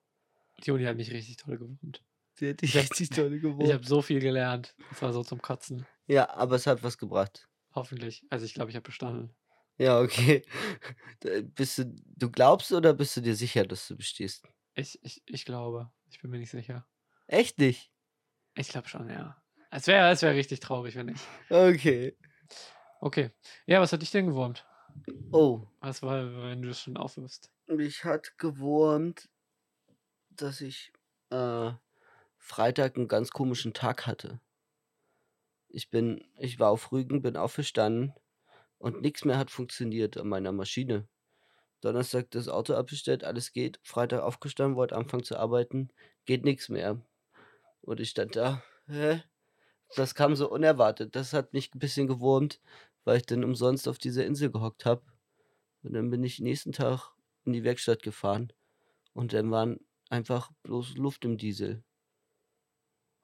A: Juni hat mich richtig toll gewurmt.
B: Sie hat dich
A: hab-
B: richtig toll
A: Ich
B: gewurmt.
A: habe so viel gelernt. Das war so zum Kotzen.
B: Ja, aber es hat was gebracht.
A: Hoffentlich. Also ich glaube, ich habe bestanden.
B: Ja, okay. Da Bist du, du glaubst oder bist du dir sicher, dass du bestehst?
A: Ich, ich, ich glaube. Ich bin mir nicht sicher.
B: Echt nicht?
A: Ich glaube schon, ja. Es wäre es wär richtig traurig, wenn nicht.
B: Okay.
A: Okay. Ja, was hat dich denn gewurmt?
B: Oh,
A: Was war, wenn du das schon aufwirfst?
B: mich hat gewurmt, dass ich äh, Freitag einen ganz komischen Tag hatte. Ich bin, ich war auf Rügen, bin aufgestanden und nichts mehr hat funktioniert an meiner Maschine. Donnerstag das Auto abgestellt, alles geht. Freitag aufgestanden, wollte anfangen zu arbeiten, geht nichts mehr. Und ich stand da, hä? Das kam so unerwartet. Das hat mich ein bisschen gewurmt, weil ich dann umsonst auf dieser Insel gehockt habe. Und dann bin ich nächsten Tag in die Werkstatt gefahren und dann waren einfach bloß Luft im Diesel.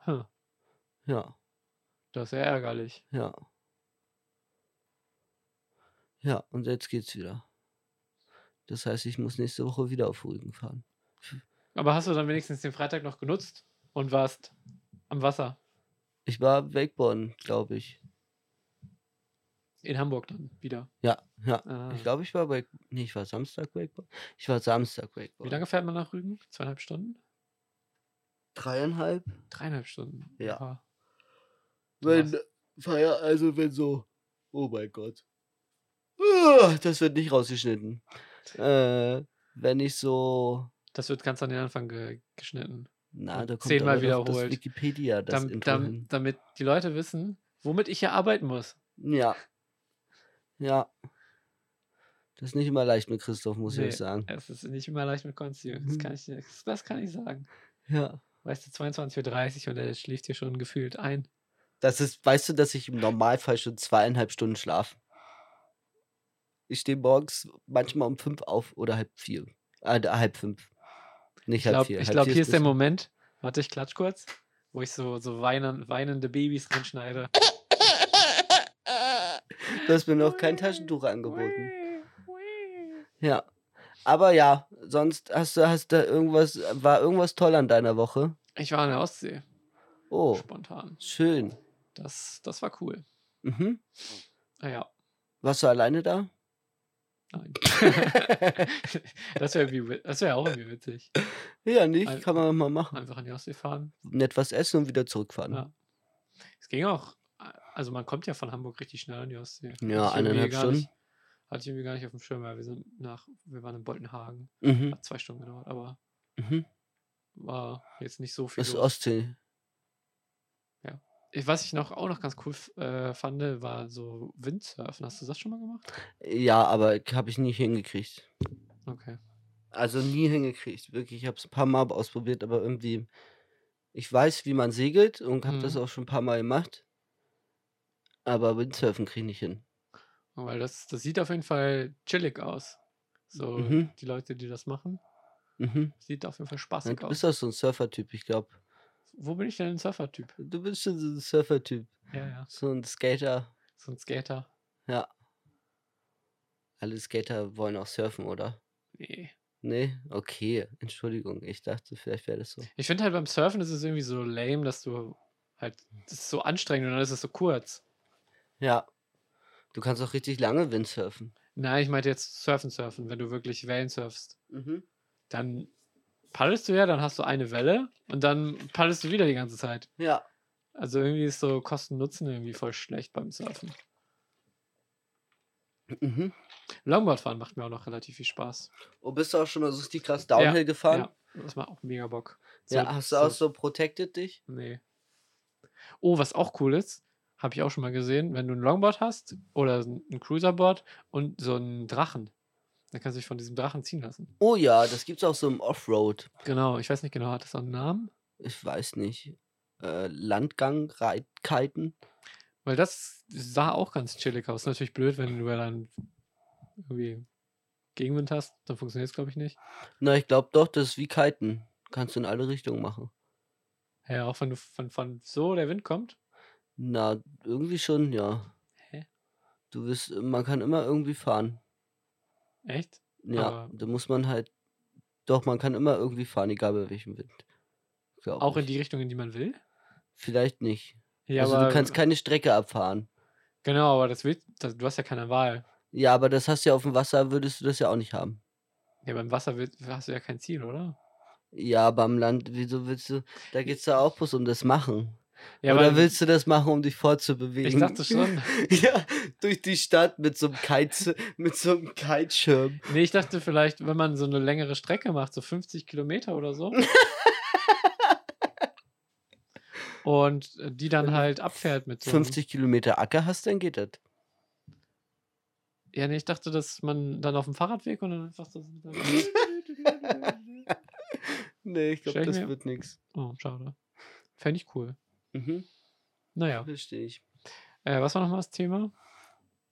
A: Hm,
B: Ja,
A: das ist ja ärgerlich.
B: ja. Ja, und jetzt geht's wieder. Das heißt, ich muss nächste Woche wieder auf Rügen fahren.
A: Aber hast du dann wenigstens den Freitag noch genutzt und warst am Wasser?
B: Ich war Wakeboarden, glaube ich.
A: In Hamburg dann wieder.
B: Ja, ja.
A: Ah.
B: Ich glaube, ich war Wake Nee, ich war Samstag Wakeboarden. Ich war Samstag Wakeboarden.
A: Wie lange fährt man nach Rügen? Zweieinhalb Stunden?
B: Dreieinhalb.
A: Dreieinhalb Stunden.
B: Ja.
A: Oha.
B: Wenn Feier, also wenn so. Oh mein Gott. Ah, Das wird nicht rausgeschnitten. Äh, wenn ich so
A: Das wird ganz an den Anfang ge geschnitten.
B: Na,
A: Und
B: da kommt
A: zehnmal
B: aber doch
A: wiederholt.
B: Das Wikipedia, das
A: Dam
B: Intro
A: dam
B: hin.
A: damit die Leute wissen, womit ich hier arbeiten muss.
B: Ja. Ja. Das ist nicht immer leicht mit Christoph, muss ich
A: Nee.
B: euch sagen.
A: Es ist nicht immer leicht mit Konsti. Das,
B: Mhm.
A: kann ich, das, das kann ich sagen.
B: Ja.
A: Weißt du, 22.30 Uhr und er schläft hier schon gefühlt ein.
B: Das ist, weißt du, dass ich im Normalfall schon zweieinhalb Stunden schlafe? Ich stehe morgens manchmal um fünf auf oder halb vier. Äh, halb fünf. Nicht
A: Ich
B: halb
A: glaube,
B: vier. halb
A: glaub,
B: vier
A: hier ist der
B: bisschen-
A: Moment. Warte, ich klatsch kurz, wo ich so, so weinen, weinende Babys reinschneide.
B: Du hast mir noch kein Taschentuch angeboten. Ja. Aber ja, sonst hast du, hast da irgendwas, war irgendwas toll an deiner Woche?
A: Ich war in der Ostsee,
B: Oh,
A: spontan.
B: schön.
A: Das, das war cool.
B: Mhm.
A: Naja,
B: Warst du alleine da?
A: nein. das wäre irgendwie, das wär auch irgendwie witzig.
B: ja, nicht.
A: Al-
B: Kann man mal machen.
A: Einfach an die Ostsee fahren.
B: Nett was essen und wieder zurückfahren.
A: Ja. Es ging auch. Also man kommt ja von Hamburg richtig schnell an die Ostsee.
B: Ja,
A: Hatte ich irgendwie
B: eineinhalb
A: gar
B: Stunden.
A: Nicht, hatte ich irgendwie gar nicht auf dem Schirm, weil wir sind nach, wir waren in Boltenhagen.
B: Mhm.
A: Hat zwei Stunden gedauert, aber
B: Mhm.
A: war jetzt nicht so viel.
B: Das ist
A: Los.
B: Ostsee.
A: Ich, was ich noch auch noch ganz cool f- äh, fand, war so Windsurfen. Hast du das schon mal gemacht?
B: Ja, aber habe ich nie hingekriegt.
A: Okay.
B: Also nie hingekriegt. Wirklich, ich habe es ein paar Mal ausprobiert, aber irgendwie. Ich weiß, wie man segelt und habe das
A: Mhm.
B: auch schon ein paar Mal gemacht. Aber Windsurfen kriege ich nicht hin.
A: Weil das, das sieht auf jeden Fall chillig aus. So
B: Mhm.
A: die Leute, die das machen,
B: Mhm.
A: sieht auf jeden Fall
B: Ja,
A: spaßig
B: Du
A: aus.
B: bist auch so ein Surfer-Typ, ich glaube.
A: Wo bin ich denn ein Surfer-Typ?
B: Du bist schon so ein Surfer-Typ.
A: Ja, ja.
B: So ein Skater.
A: So ein Skater.
B: Alle Skater wollen auch surfen, oder?
A: Nee.
B: Nee, Ne, okay. Entschuldigung, ich dachte, vielleicht wäre das so.
A: Ich finde halt beim Surfen ist es irgendwie so lame, dass du halt, das ist so anstrengend und dann ist es so kurz.
B: Ja. Du kannst auch richtig lange Windsurfen. Mhm.
A: Nein, ich meinte jetzt Surfen, Surfen, wenn du wirklich Wellen surfst. Dann paddelst du ja, dann hast du eine Welle und dann paddelst du wieder die ganze Zeit.
B: Ja.
A: Also irgendwie ist so Kosten-Nutzen irgendwie voll schlecht beim Surfen.
B: Mhm.
A: Longboardfahren macht mir auch noch relativ viel Spaß.
B: Und Oh, bist du auch schon mal so richtig krass Downhill gefahren?
A: Ja, das macht auch mega Bock. So-
B: Ja, hast du auch so protected dich?
A: Nee. Oh, was auch cool ist, habe ich auch schon mal gesehen, wenn du ein Longboard hast oder ein ein Cruiserboard und so einen Drachen, dann kannst du dich von diesem Drachen ziehen lassen.
B: Oh ja, das gibt's auch so im Offroad.
A: Genau, ich weiß nicht genau, hat das auch einen Namen?
B: Ich weiß nicht. Äh, Landgang, Reitkeiten.
A: Weil das sah auch ganz chillig aus. Natürlich blöd, wenn du ja dann irgendwie Gegenwind hast, dann funktioniert es, glaube ich, nicht.
B: Na, ich glaube doch, das ist wie Kiten. Kannst du in alle Richtungen machen.
A: Ja, auch wenn du von, von so der Wind kommt.
B: Na, irgendwie schon, ja.
A: Hä?
B: Du wirst, man kann immer irgendwie fahren.
A: Echt?
B: Ja,
A: Aber-
B: da muss man halt. Doch, man kann immer irgendwie fahren, egal bei welchem Wind. Glaub
A: Auch in
B: ich.
A: die Richtung, in die man will.
B: Vielleicht nicht.
A: Ja,
B: also
A: aber,
B: du kannst keine Strecke abfahren.
A: genau, aber das will, das, du hast ja keine Wahl.
B: Ja, aber das hast du ja auf dem Wasser, würdest du das ja auch nicht haben.
A: Ja, beim Wasser will, hast du ja kein Ziel, oder?
B: Ja, aber am Land, wieso willst du, da geht's da auch bloß um das Machen.
A: Ja,
B: Oder
A: aber-
B: willst du das machen, um dich fortzubewegen?
A: Ich dachte schon.
B: ja, durch die Stadt mit so einem Kite, mit so einem Kiteschirm.
A: Nee, ich dachte vielleicht, wenn man so eine längere Strecke macht, so 50 Kilometer oder so. und äh, die dann halt abfährt mit so. einem-
B: 50 Kilometer Acker hast, dann geht das.
A: Ja, nee, ich dachte, dass man dann auf dem Fahrradweg und dann einfach so.
B: Nee, ich glaube,
A: Stell ich
B: das
A: mir-
B: wird nix.
A: oh, schade. Fände ich cool.
B: Mhm,
A: Naja.
B: verstehe ich.
A: Äh, was war nochmal das Thema?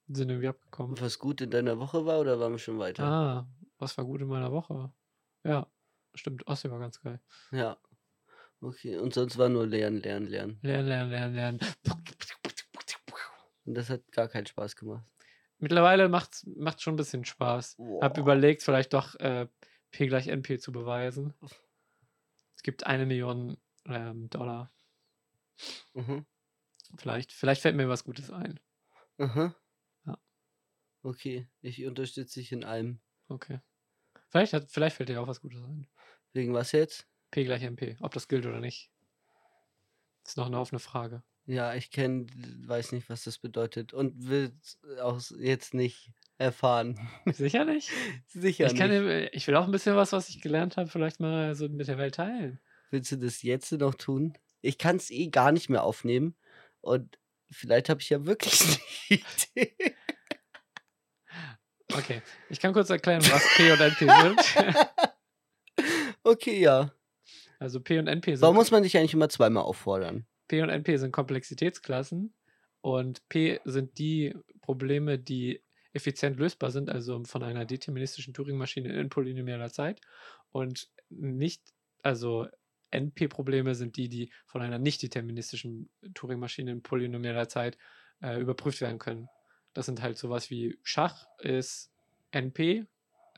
A: Sind irgendwie abgekommen.
B: Was gut in deiner Woche war oder waren wir schon weiter?
A: Ah, was war gut in meiner Woche? Ja, stimmt. Ostsee war ganz geil.
B: Ja. Okay, und sonst war nur lernen, lernen, lernen.
A: Lernen, lernen, lernen, lernen.
B: Und das hat gar keinen Spaß gemacht.
A: Mittlerweile macht macht schon ein bisschen Spaß. Hab
B: Boah.
A: überlegt, vielleicht doch äh, P gleich NP zu beweisen. Es gibt eine Million ähm, Dollar.
B: Mhm.
A: Vielleicht, vielleicht fällt mir was Gutes ein.
B: Aha.
A: Ja.
B: Okay, ich unterstütze dich in allem.
A: Okay. Vielleicht, hat, vielleicht fällt dir auch was Gutes ein.
B: Wegen was jetzt?
A: P gleich NP, ob das gilt oder nicht. Ist noch eine offene Frage.
B: Ja, ich kenne, weiß nicht, was das bedeutet und will auch s- jetzt nicht erfahren.
A: Sicher nicht?
B: Sicher
A: ich, kann,
B: nicht.
A: dir- äh, ich will auch ein bisschen was, was ich gelernt habe, vielleicht mal so mit der Welt teilen.
B: Willst du das jetzt noch tun? Ich kann es eh gar nicht mehr aufnehmen und vielleicht habe ich ja wirklich eine Idee.
A: Okay, ich kann kurz erklären, was P und NP sind.
B: Okay, ja.
A: Also P und NP sind
B: Warum muss man dich eigentlich immer zweimal auffordern?
A: P und NP sind Komplexitätsklassen und P sind die Probleme, die effizient lösbar sind, also von einer deterministischen Turing-Maschine in polynomialer Zeit und nicht, also NP-Probleme sind die, die von einer nicht deterministischen Turing-Maschine in polynomialer Zeit äh, überprüft werden können. Das sind halt sowas wie Schach ist NP,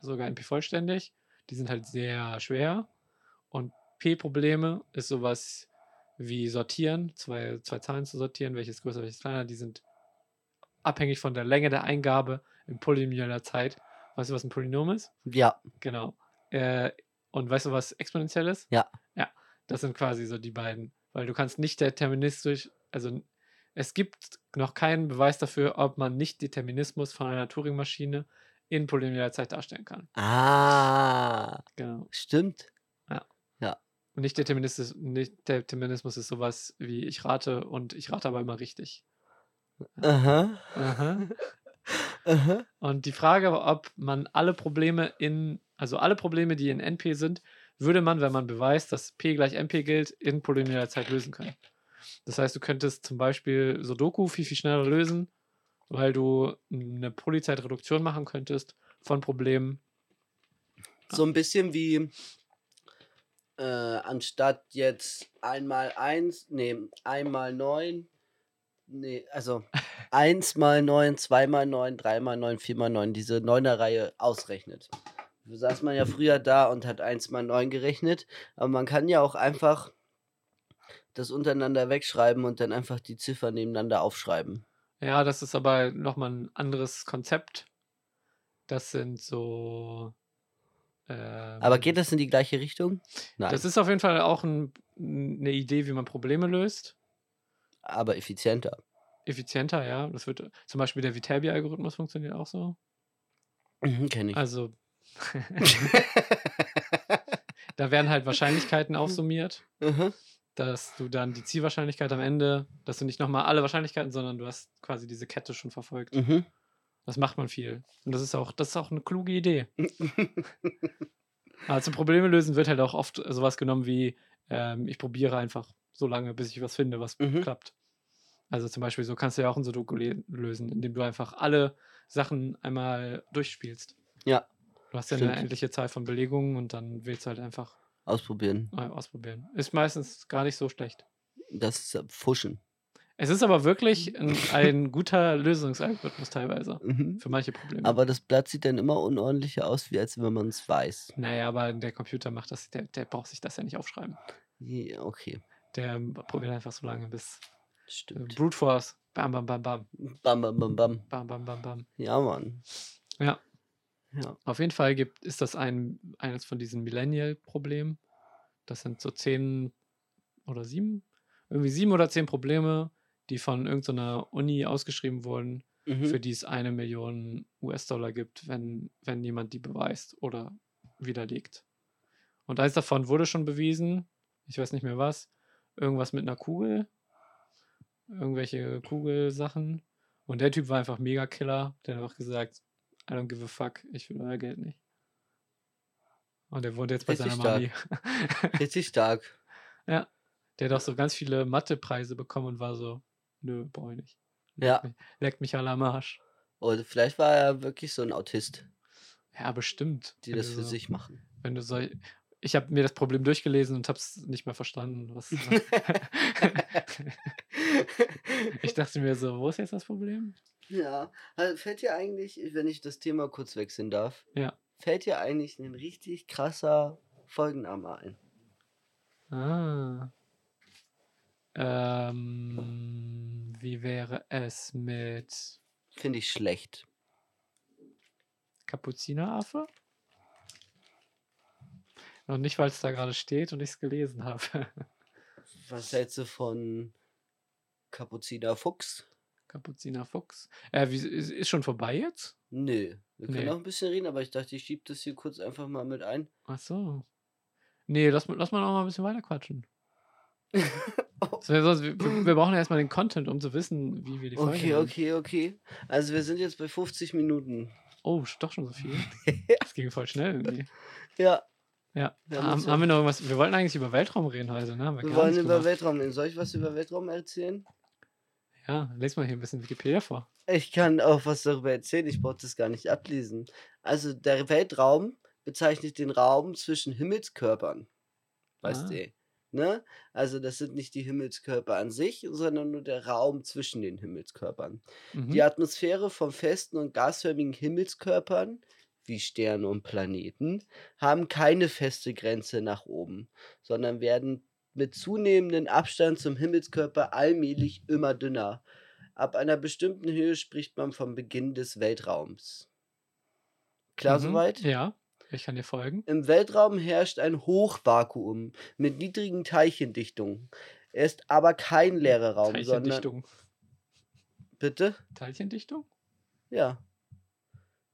A: sogar NP vollständig. Die sind halt sehr schwer. Und P-Probleme ist sowas wie sortieren, zwei, zwei Zahlen zu sortieren, welches größer, welches kleiner, die sind abhängig von der Länge der Eingabe in polynomialer Zeit. Weißt du, was ein Polynom ist?
B: Ja,
A: Genau. Äh, und weißt du, was exponentiell ist?
B: Ja.
A: Ja, das sind quasi so die beiden. Weil du kannst nicht deterministisch, also n- es gibt noch keinen Beweis dafür, ob man nicht Determinismus von einer Turing-Maschine in polynomialer Zeit darstellen kann.
B: ah,
A: Genau.
B: stimmt.
A: Und nicht Determinismus, nicht Determinismus ist sowas wie ich rate und ich rate aber immer richtig.
B: Aha,
A: Aha.
B: aha.
A: Und die Frage, ob man alle Probleme in, also alle Probleme, die in NP sind, würde man, wenn man beweist, dass P gleich NP gilt, in polynomialer Zeit lösen können. Das heißt, du könntest zum Beispiel Sudoku viel, viel schneller lösen, weil du eine Polyzeitreduktion machen könntest von Problemen.
B: So ein bisschen wie äh, anstatt jetzt einmal eins, nee, einmal neun, nee, also eins mal neun, zweimal neun, dreimal neun, viermal neun, diese Neuner-Reihe ausrechnet. Da saß
A: Mhm.
B: man ja früher da und hat eins mal neun gerechnet, aber man kann ja auch einfach das untereinander wegschreiben und dann einfach die Ziffern nebeneinander aufschreiben.
A: Ja, das ist aber nochmal ein anderes Konzept. Das sind so Ähm,
B: Aber geht das in die gleiche Richtung? Nein.
A: das ist auf jeden Fall auch ein, eine Idee, wie man Probleme löst.
B: aber effizienter.
A: Effizienter, ja. Das wird zum Beispiel der Viterbi-Algorithmus funktioniert auch so.
B: Mhm, kenn ich.
A: Also da werden halt Wahrscheinlichkeiten aufsummiert,
B: Mhm.
A: dass du dann die Zielwahrscheinlichkeit am Ende, dass du nicht nochmal alle Wahrscheinlichkeiten, sondern du hast quasi diese Kette schon verfolgt.
B: Mhm.
A: Das macht man viel. Und das ist auch, das ist auch eine kluge Idee. Also Probleme lösen wird halt auch oft sowas genommen wie, ähm, ich probiere einfach so lange, bis ich was finde, was
B: Mhm.
A: klappt. Also zum Beispiel, so kannst du ja auch ein Sudoku le- lösen, indem du einfach alle Sachen einmal durchspielst.
B: Ja.
A: Du hast ja eine
B: Stimmt.
A: endliche Zahl von Belegungen und dann wählst du halt einfach
B: Ausprobieren.
A: mal ausprobieren. Ist meistens gar nicht so schlecht.
B: Das ist äh, Fuschen.
A: Es ist aber wirklich ein, ein guter Lösungsalgorithmus teilweise
B: Mhm.
A: für manche Probleme.
B: Aber das Blatt sieht dann immer unordentlicher aus, wie als wenn man es weiß.
A: naja, aber der Computer macht das, der, der braucht sich das ja nicht aufschreiben.
B: Ja, okay,
A: Der ähm, probiert einfach so lange, bis äh,
B: stimmt.
A: Brute Force, bam, bam, bam, bam,
B: Bam, bam, bam, bam.
A: bam, bam, bam, bam.
B: Ja, Mann.
A: Ja.
B: Ja.
A: Auf jeden Fall gibt, ist das ein, eines von diesen Millennial-Problemen. Das sind so zehn oder sieben, irgendwie sieben oder zehn Probleme, die von irgendeiner Uni ausgeschrieben wurden, für
B: Mhm.
A: die es eine Million US-Dollar gibt, wenn, wenn jemand die beweist oder widerlegt. Und eins davon wurde schon bewiesen, ich weiß nicht mehr was, irgendwas mit einer Kugel, irgendwelche Kugelsachen. Und der Typ war einfach Mega-Killer, der hat einfach gesagt, I don't give a fuck, ich will euer Geld nicht. Und der wohnt jetzt bei
B: Richtig
A: seiner Mami.
B: Richtig stark.
A: Der hat auch so ganz viele Mathepreise bekommen und war so, nö, brauche ich nicht.
B: Ja.
A: Leckt mich aller Marsch.
B: Oder Oh, vielleicht war er wirklich so ein Autist,
A: Ja, bestimmt.
B: die
A: Wenn
B: das
A: du
B: für
A: so-
B: sich machen.
A: Wenn du so, ich habe mir das Problem durchgelesen und habe es nicht mehr verstanden. Was, ich dachte mir so, wo ist jetzt das Problem?
B: Ja, also fällt dir eigentlich, wenn ich das Thema kurz wechseln darf,
A: Ja.
B: fällt dir eigentlich ein richtig krasser Folgenname ein?
A: Ah. Ähm, wie wäre es mit
B: Finde ich schlecht.
A: Kapuzineraffe? Und nicht, weil es da gerade steht und ich es gelesen habe.
B: Was hältst du von Kapuziner Fuchs?
A: Kapuzinerfuchs. Äh, wie, ist, ist schon vorbei jetzt?
B: Nö, wir können
A: Nee.
B: noch ein bisschen reden, aber ich dachte, ich schieb das hier kurz einfach mal mit ein.
A: Ach so. Nee, lass, mal- lass mal noch mal ein bisschen weiter quatschen. So, sonst, wir, wir wir brauchen ja erstmal den Content, um zu wissen, wie wir die Folge
B: Okay,
A: nennen.
B: okay, okay. Also wir sind jetzt bei 50 Minuten.
A: Oh, sch- doch schon so viel. Das ging voll schnell irgendwie.
B: Ja,
A: Ja.
B: Wir haben uns
A: haben,
B: ja-
A: haben wir noch irgendwas? Wir wollten eigentlich über Weltraum reden heute, ne? Haben
B: wir
A: gar
B: wollen
A: nicht
B: über
A: gemacht.
B: Weltraum reden. Soll ich was über Weltraum erzählen?
A: Ja, lest mal hier ein bisschen Wikipedia vor.
B: Ich kann auch was darüber erzählen, ich brauche das gar nicht ablesen. Also der Weltraum bezeichnet den Raum zwischen Himmelskörpern. Weißt
A: Ah.
B: du? Ne? Also das sind nicht die Himmelskörper an sich, sondern nur der Raum zwischen den Himmelskörpern.
A: Mhm.
B: Die Atmosphäre von festen und gasförmigen Himmelskörpern, wie Sterne und Planeten, haben keine feste Grenze nach oben, sondern werden mit zunehmendem Abstand zum Himmelskörper allmählich immer dünner. Ab einer bestimmten Höhe spricht man vom Beginn des Weltraums. Klar
A: Mhm.
B: soweit?
A: Ja, ich kann dir folgen.
B: Im Weltraum herrscht ein Hochvakuum mit niedrigen Teilchendichtungen. Er ist aber kein leerer Raum, sondern...
A: Teilchendichtung.
B: Bitte?
A: Teilchendichtung?
B: Ja.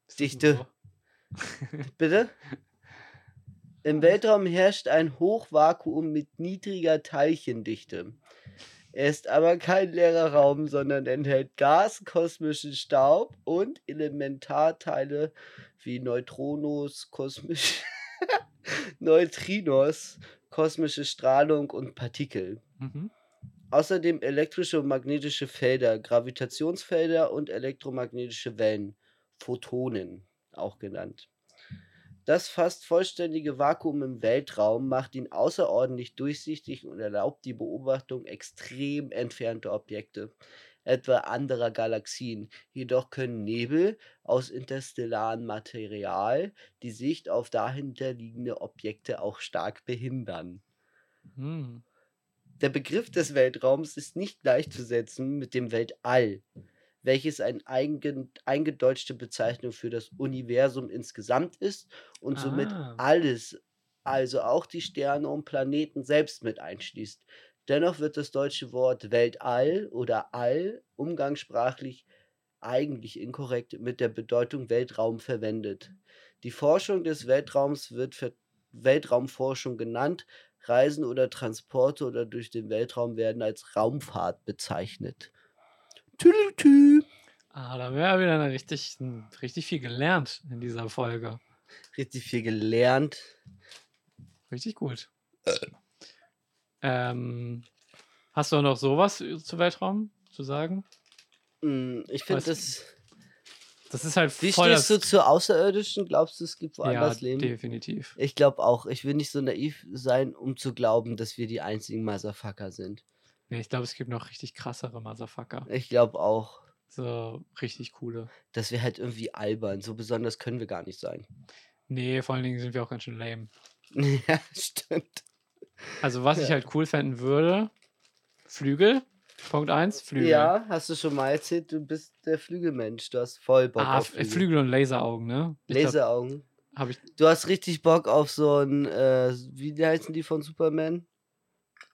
A: Ist das
B: Dichte.
A: so?
B: Bitte? Im Weltraum herrscht ein Hochvakuum mit niedriger Teilchendichte. Er ist aber kein leerer Raum, sondern enthält Gas, kosmischen Staub und Elementarteile wie Neutronos, kosmisch Neutrinos, kosmische Strahlung und Partikel.
A: Mhm.
B: Außerdem elektrische und magnetische Felder, Gravitationsfelder und elektromagnetische Wellen, Photonen auch genannt. Das fast vollständige Vakuum im Weltraum macht ihn außerordentlich durchsichtig und erlaubt die Beobachtung extrem entfernter Objekte, etwa anderer Galaxien. Jedoch können Nebel aus interstellarem Material die Sicht auf dahinterliegende Objekte auch stark behindern.
A: Mhm.
B: Der Begriff des Weltraums ist nicht gleichzusetzen mit dem Weltall. welches eine eigen, eingedeutschte Bezeichnung für das Universum insgesamt ist und somit
A: Ah.
B: alles, also auch die Sterne und Planeten selbst mit einschließt. Dennoch wird das deutsche Wort Weltall oder All umgangssprachlich eigentlich inkorrekt mit der Bedeutung Weltraum verwendet. Die Forschung des Weltraums wird Ver Weltraumforschung genannt. Reisen oder Transporte oder durch den Weltraum werden als Raumfahrt bezeichnet. Tüdeltü.
A: Ah, da haben wir ja wieder eine richtig, n- richtig viel gelernt in dieser Folge.
B: Richtig viel gelernt.
A: Richtig gut.
B: Äh.
A: Ähm, hast du noch sowas zu Weltraum zu sagen?
B: Mm, Ich finde
A: Was-
B: das.
A: Das ist halt
B: Wie
A: voll
B: stehst du zu Außerirdischen? Glaubst du, es gibt
A: ja,
B: woanders Leben?
A: definitiv.
B: Ich glaube auch. Ich will nicht so naiv sein, um zu glauben, dass wir die einzigen Motherfucker sind.
A: Nee, ich glaube, es gibt noch richtig krassere Motherfucker.
B: Ich glaube auch,
A: So richtig coole.
B: dass wir halt irgendwie albern. So besonders können wir gar nicht sein.
A: Nee, vor allen Dingen sind wir auch ganz schön lame.
B: ja, stimmt.
A: Also, was ich
B: Ja.
A: halt cool fänden würde, Flügel. Punkt 1, Flügel.
B: Ja, hast du schon mal erzählt, du bist der Flügelmensch. Du hast voll Bock
A: ah,
B: auf
A: Flügel.
B: Flügel.
A: Flügel und Laseraugen, ne?
B: Laseraugen.
A: Habe ich.
B: Du hast richtig Bock auf so ein, äh, wie heißen die von Superman?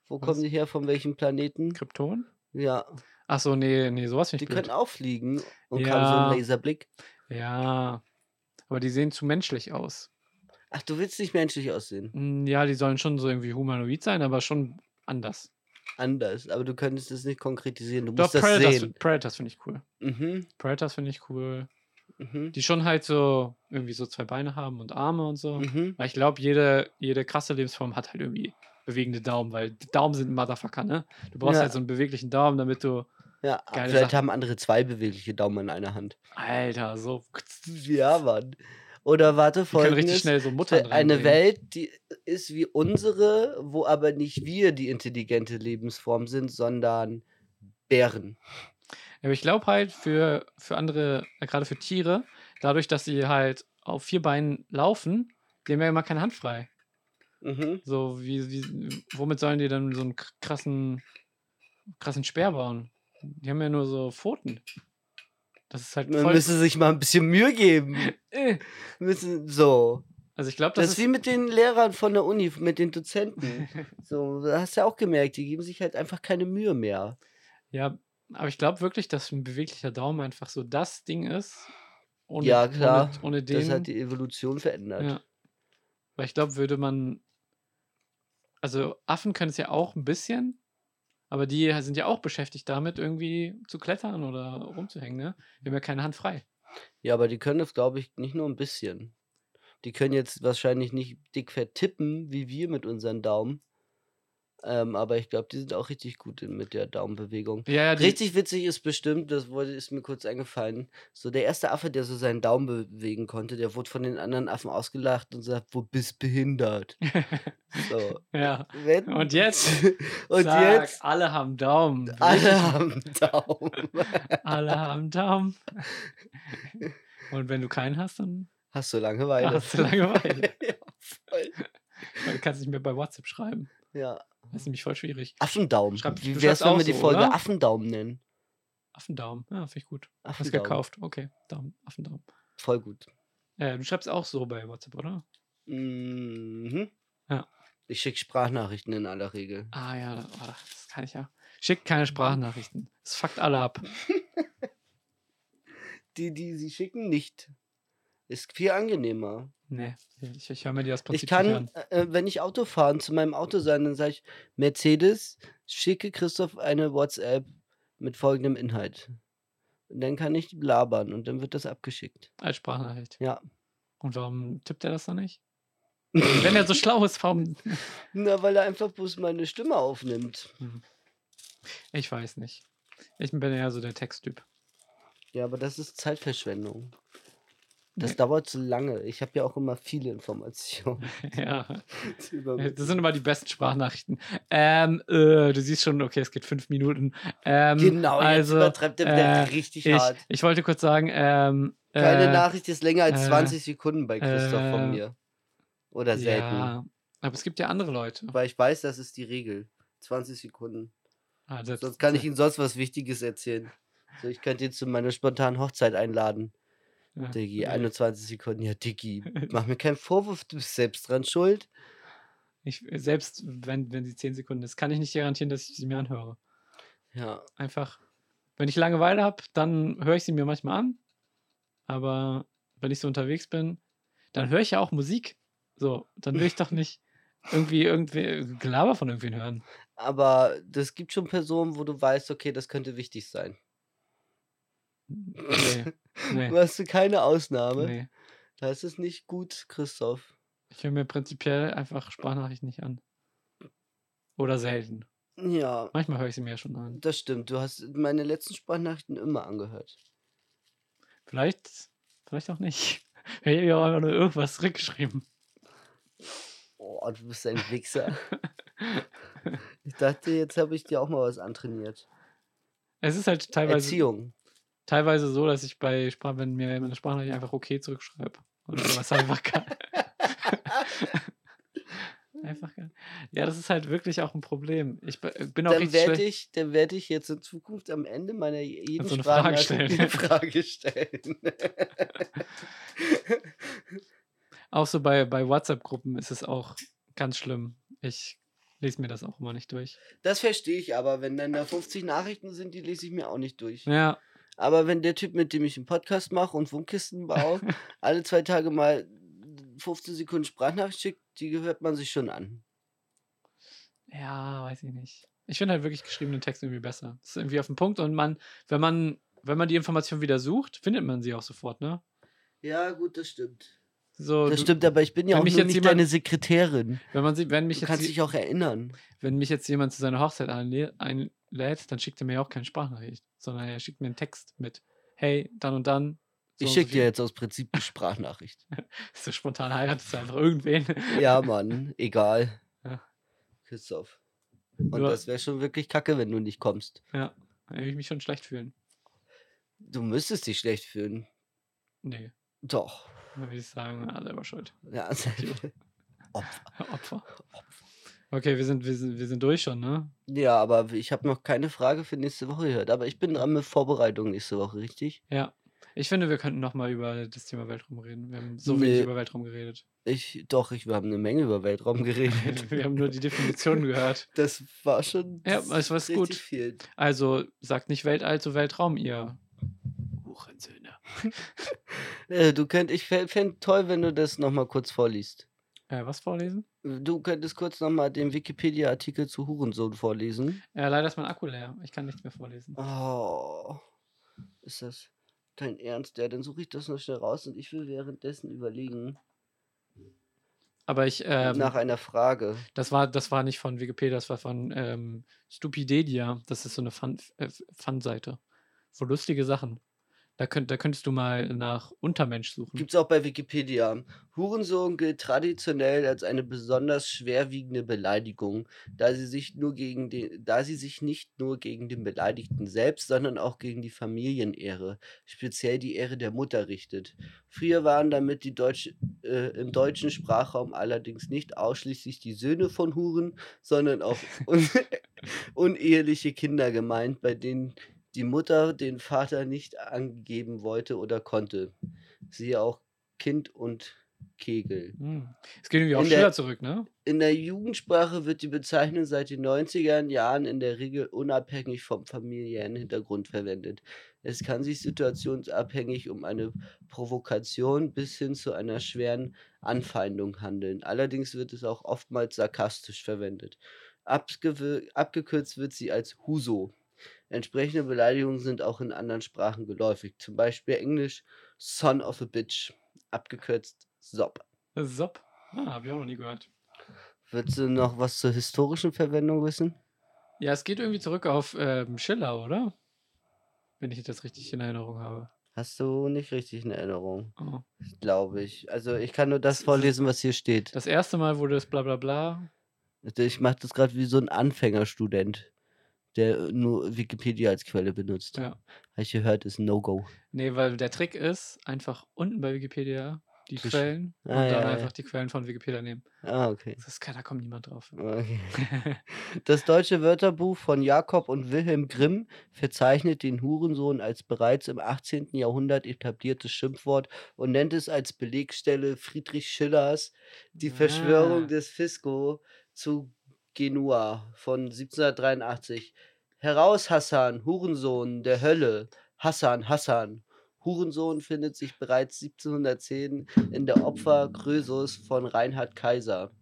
B: Wo
A: Was?
B: kommen die her? Von welchem Planeten?
A: Krypton?
B: Ja,
A: Achso, nee, nee, sowas finde
B: die
A: ich blöd.
B: können auch fliegen und haben so
A: Ja.
B: einen Laserblick.
A: Ja. Aber die sehen zu menschlich aus.
B: Ach, du willst nicht menschlich aussehen.
A: Mm, Ja, die sollen schon so irgendwie humanoid sein, aber schon anders.
B: Anders. Aber du könntest es nicht konkretisieren. Du
A: Doch,
B: musst das
A: Predators,
B: sehen.
A: Predators finde ich cool.
B: Mhm.
A: Predators finde ich cool.
B: Mhm.
A: Die schon halt so irgendwie so zwei Beine haben und Arme und so.
B: Mhm.
A: Weil ich glaube, jede, jede krasse Lebensform hat halt irgendwie bewegende Daumen, weil die Daumen sind ein Motherfucker, ne? Du brauchst
B: Ja.
A: halt so einen beweglichen Daumen, damit du.
B: Ja,
A: Geile
B: vielleicht
A: Sache.
B: haben andere zwei bewegliche Daumen in einer Hand.
A: Alter, so.
B: Ja, Mann. Oder warte,
A: Die können richtig
B: folgendes.
A: schnell so Mutter
B: Für eine Welt, die ist wie unsere, wo aber nicht wir die intelligente Lebensform sind, sondern Bären.
A: Aber ich glaube halt für, für andere, äh, gerade für Tiere, dadurch, dass sie halt auf vier Beinen laufen, die haben ja immer keine Hand frei.
B: Mhm.
A: So, wie, wie, womit sollen die dann so einen kr- krassen, krassen Speer bauen? Die haben ja nur so Pfoten. Das ist halt
B: Man
A: voll.
B: müsste sich mal ein bisschen Mühe geben.
A: Äh.
B: Müssen, so.
A: Also ich glaube,
B: Das,
A: das,
B: ist wie mit den Lehrern von der Uni, mit den Dozenten. so, da hast du ja auch gemerkt, die geben sich halt einfach keine Mühe mehr.
A: Ja, aber ich glaube wirklich, dass ein beweglicher Daumen einfach so das Ding ist. Ohne,
B: Ja, klar.
A: Ohne, ohne den.
B: Das hat die Evolution verändert.
A: ja. Weil ich glaube, würde man. Also Affen können es ja auch ein bisschen, aber die sind ja auch beschäftigt damit, irgendwie zu klettern oder rumzuhängen, ne? Wir haben ja keine Hand frei.
B: Ja, aber die können das, glaube ich, nicht nur ein bisschen. Die können jetzt wahrscheinlich nicht dick vertippen, wie wir mit unseren Daumen. Ähm, aber ich glaube, die sind auch richtig gut in, mit der Daumenbewegung.
A: Ja, ja, die,
B: Richtig witzig ist bestimmt, das wurde, ist mir kurz eingefallen, so der erste Affe, der so seinen Daumen bewegen konnte, der wurde von den anderen Affen ausgelacht und sagt, wo bist behindert? So.
A: ja.
B: Wenn,
A: Und jetzt?
B: und
A: Zack,
B: jetzt?
A: Alle haben Daumen.
B: Alle haben Daumen.
A: Alle haben Daumen. Und wenn du keinen hast, dann
B: Hast du Langeweile?
A: hast du Langeweile.
B: ja, voll.
A: Du kannst nicht mehr bei WhatsApp schreiben.
B: ja.
A: Das ist nämlich voll schwierig.
B: Affendaumen.
A: Schreib-
B: Wie
A: du
B: wär's,
A: schreibst
B: wenn
A: auch
B: wir die
A: so,
B: Folge
A: oder?
B: Affendaumen nennen?
A: Affendaumen. Ja, finde ich gut. Hast
B: Affendaumen.
A: gekauft. Okay, Daumen, Affendaumen.
B: Voll gut.
A: Äh, du schreibst auch so bei WhatsApp, oder?
B: Mhm.
A: Ja.
B: Ich schicke Sprachnachrichten in aller Regel.
A: Ah ja, da- oh, das kann ich ja. Schickt keine Sprachnachrichten. Es fuckt alle ab.
B: Die, die sie schicken, nicht. Ist viel angenehmer.
A: Nee, ich, ich höre mir die das Prinzip
B: ich
A: nicht
B: kann,
A: an.
B: äh, wenn ich Auto fahren, zu meinem Auto sein, dann sage ich, Mercedes, schicke Christoph eine WhatsApp mit folgendem Inhalt. Und dann kann ich labern und dann wird das abgeschickt.
A: Als Sprachnachricht.
B: Ja.
A: Und warum tippt er das dann nicht? Wenn er so schlau ist, warum.
B: Na, weil er einfach bloß meine Stimme aufnimmt.
A: Ich weiß nicht. Ich bin eher so der Texttyp.
B: Ja, aber das ist Zeitverschwendung. Das
A: Nee.
B: dauert zu lange. Ich habe ja auch immer viele Informationen.
A: ja.
B: zu übermitteln.
A: Das sind immer die besten Sprachnachrichten. Ähm, äh, du siehst schon, okay, es geht fünf Minuten. Ähm,
B: genau,
A: also,
B: jetzt übertreibt er wieder
A: äh,
B: richtig
A: ich,
B: hart.
A: ich wollte kurz sagen, ähm,
B: Keine
A: äh,
B: Nachricht ist länger als
A: äh,
B: 20 Sekunden bei Christoph
A: äh,
B: von mir. Oder selten.
A: Ja, aber es gibt ja andere Leute.
B: Weil ich weiß, das ist die Regel. 20 Sekunden.
A: Ah, das- äh,
B: Sonst kann ich Ihnen sonst was Wichtiges erzählen. So, ich könnte ihn zu meiner spontanen Hochzeit einladen.
A: Ja.
B: Diggi,
A: Nee.
B: 21 Sekunden. Ja, Diggi, mach mir keinen Vorwurf, du bist selbst dran schuld.
A: Ich, selbst wenn, wenn sie 10 Sekunden ist, kann ich nicht garantieren, dass ich sie mir anhöre.
B: Ja,
A: Einfach, wenn ich Langeweile habe, dann höre ich sie mir manchmal an. Aber wenn ich so unterwegs bin, dann höre ich ja auch Musik. So, dann will ich doch nicht irgendwie irgendwie Gelaber von irgendwen hören.
B: aber das gibt schon Personen, wo du weißt, okay, das könnte wichtig sein.
A: Nee, nee,
B: Machst du keine Ausnahme?
A: nee.
B: Das ist nicht gut, Christoph.
A: Ich höre mir prinzipiell einfach Sprachnachrichten nicht an. Oder selten.
B: Ja,
A: Manchmal höre ich sie mir ja schon an.
B: das stimmt. Du hast meine letzten Sprachnachrichten immer angehört.
A: Vielleicht, vielleicht auch nicht. Ich habe ja auch einfach nur irgendwas zurückgeschrieben.
B: Oh, du bist ein Wichser. ich dachte, jetzt habe ich dir auch mal was antrainiert.
A: Es ist halt teilweise,
B: Erziehung.
A: teilweise so, dass ich bei Sprachen, wenn mir meine Sprachnachricht einfach okay zurückschreibe. Und sowas einfach kann. einfach kann. Ja, das ist halt wirklich auch ein Problem. Ich be- bin auch
B: Dann
A: genau richtig
B: werde
A: schlecht.
B: ich, dann werde ich jetzt in Zukunft am Ende meiner jeden
A: so eine Frage
B: Sprachnachricht
A: stellen.
B: eine Frage stellen.
A: Auch so bei, bei WhatsApp-Gruppen ist es auch ganz schlimm. Ich lese mir das auch immer nicht durch.
B: Das verstehe ich aber, wenn dann da 50 Nachrichten sind, die lese ich mir auch nicht durch.
A: Ja,
B: Aber wenn der Typ, mit dem ich einen Podcast mache und Wohnkisten baue, alle zwei Tage mal 15 Sekunden Sprachnachricht schickt, die hört man sich schon an.
A: Ja, weiß ich nicht. Ich finde halt wirklich geschriebenen Text irgendwie besser. Das ist irgendwie auf den Punkt und man, wenn man, wenn man die Information wieder sucht, findet man sie auch sofort, ne?
B: Ja, gut, das stimmt.
A: So,
B: Das
A: Oh, du-
B: stimmt, aber ich bin ja
A: wenn
B: auch
A: mich
B: nur
A: jetzt
B: nicht
A: jemand-
B: deine Sekretärin.
A: Wenn man sie, wenn mich
B: Du
A: jetzt,
B: kannst
A: je-
B: dich auch erinnern.
A: wenn mich jetzt jemand zu seiner Hochzeit einlä- einlädt, dann schickt er mir ja auch keine Sprachnachricht, sondern er schickt mir einen Text mit. Hey, dann und dann. so
B: Ich
A: und
B: schicke
A: so
B: dir
A: viel.
B: jetzt aus Prinzip eine Sprachnachricht.
A: So spontan heiratest du einfach irgendwen.
B: ja, Mann, egal.
A: Ja.
B: Christoph. Und
A: Ja.
B: das wäre schon wirklich kacke, wenn du nicht kommst.
A: Ja, dann würde ich mich schon schlecht fühlen.
B: Du müsstest dich schlecht fühlen.
A: Nee,
B: Doch.
A: dann würde ich sagen, ah, selber schuld.
B: Ja,
A: Opfer.
B: Opfer.
A: Okay, wir sind, wir sind, wir sind durch schon, ne?
B: ja, aber ich habe noch keine Frage für nächste Woche gehört. Aber ich bin dran mit Vorbereitung nächste Woche, richtig?
A: Ja. Ich finde, wir könnten nochmal über das Thema Weltraum reden. Wir haben so wenig
B: Nee.
A: über Weltraum geredet.
B: Ich, doch, ich, wir haben eine Menge über Weltraum geredet.
A: Wir haben nur die Definition gehört.
B: Das war schon.
A: Ja,
B: das
A: es war
B: ist
A: gut.
B: richtig Viel.
A: Also sagt nicht Weltall zu Weltraum, ihr Hurensöhne.
B: Äh, Du könnt, ich fände toll, wenn du das nochmal kurz vorliest.
A: Äh, was vorlesen?
B: Du könntest kurz nochmal den Wikipedia-Artikel zu Hurensohn vorlesen.
A: Äh, leider ist mein Akku leer. Ich kann nichts mehr vorlesen.
B: Oh, ist das dein Ernst? Ja, dann suche ich das noch schnell raus und ich will währenddessen überlegen
A: Aber ich, ähm,
B: nach einer Frage.
A: das war, das war nicht von Wikipedia, das war von ähm, Stupidedia. Das ist so eine Fun- äh, Fun-Seite. Wo lustige Sachen. Da, könnt, da könntest du mal nach Untermensch suchen.
B: Gibt es auch bei Wikipedia. Hurensohn gilt traditionell als eine besonders schwerwiegende Beleidigung, da sie sich nur gegen den, da sie sich nicht nur gegen den Beleidigten selbst, sondern auch gegen die Familienehre, speziell die Ehre der Mutter richtet. Früher waren damit die Deutsch, äh, im deutschen Sprachraum allerdings nicht ausschließlich die Söhne von Huren, sondern auch un uneheliche Kinder gemeint, bei denen die Mutter den Vater nicht angeben wollte oder konnte. Siehe auch Kind und Kegel.
A: Hm. Es geht irgendwie
B: In
A: auf
B: der-
A: Schiller zurück, ne?
B: In der Jugendsprache wird die Bezeichnung seit den 90er Jahren in der Regel unabhängig vom familiären Hintergrund verwendet. Es kann sich situationsabhängig um eine Provokation bis hin zu einer schweren Anfeindung handeln. Allerdings wird es auch oftmals sarkastisch verwendet. Abgewe- abgekürzt wird sie als Huso. Entsprechende Beleidigungen sind auch in anderen Sprachen geläufig, zum Beispiel Englisch Son of a Bitch, abgekürzt Sop.
A: Sopp. Ah, hab ich auch noch nie gehört.
B: Willst du noch was zur historischen Verwendung wissen?
A: Ja, es geht irgendwie zurück auf ähm, Schiller, oder? Wenn ich das richtig in Erinnerung habe.
B: Hast du nicht richtig in Erinnerung,
A: Oh.
B: glaube ich. Also ich kann nur das
A: S-
B: vorlesen, was hier steht.
A: Das erste Mal wurde es bla bla bla.
B: Ich mache das gerade wie so ein Anfängerstudent, der nur Wikipedia als Quelle benutzt.
A: Ja.
B: Habe ich gehört, ist ein No-Go.
A: Nee, weil der Trick ist, einfach unten bei Wikipedia die
B: Zwischen-
A: Quellen und
B: Ah,
A: dann
B: ja, ja.
A: einfach die Quellen von Wikipedia nehmen.
B: Ah, okay.
A: Das ist, kein- da kommt niemand drauf.
B: okay. Das deutsche Wörterbuch von Jakob und Wilhelm Grimm verzeichnet den Hurensohn als bereits im 18. Jahrhundert etabliertes Schimpfwort und nennt es als Belegstelle Friedrich Schillers Die Verschwörung
A: Ah.
B: des Fisco zu Genua von 1783. Heraus, Hassan, Hurensohn der Hölle. Hassan, Hassan. Hurensohn findet sich bereits 1710 in der Opfer Krösus von Reinhard Kaiser.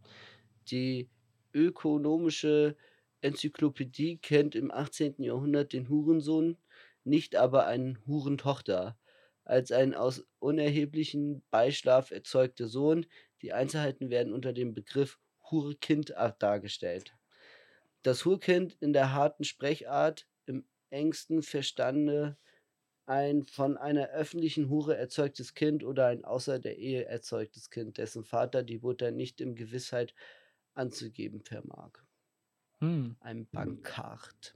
B: Die ökonomische Enzyklopädie kennt im 18. Jahrhundert den Hurensohn, nicht aber eine Hurentochter. Als ein aus unerheblichen Beischlaf erzeugter Sohn, die Einzelheiten werden unter dem Begriff Hurkind a- dargestellt. Das Hurkind in der harten Sprechart im engsten Verstande ein von einer öffentlichen Hure erzeugtes Kind oder ein außer der Ehe erzeugtes Kind, dessen Vater die Mutter nicht in Gewissheit anzugeben vermag.
A: Hm.
B: Ein Bankcard.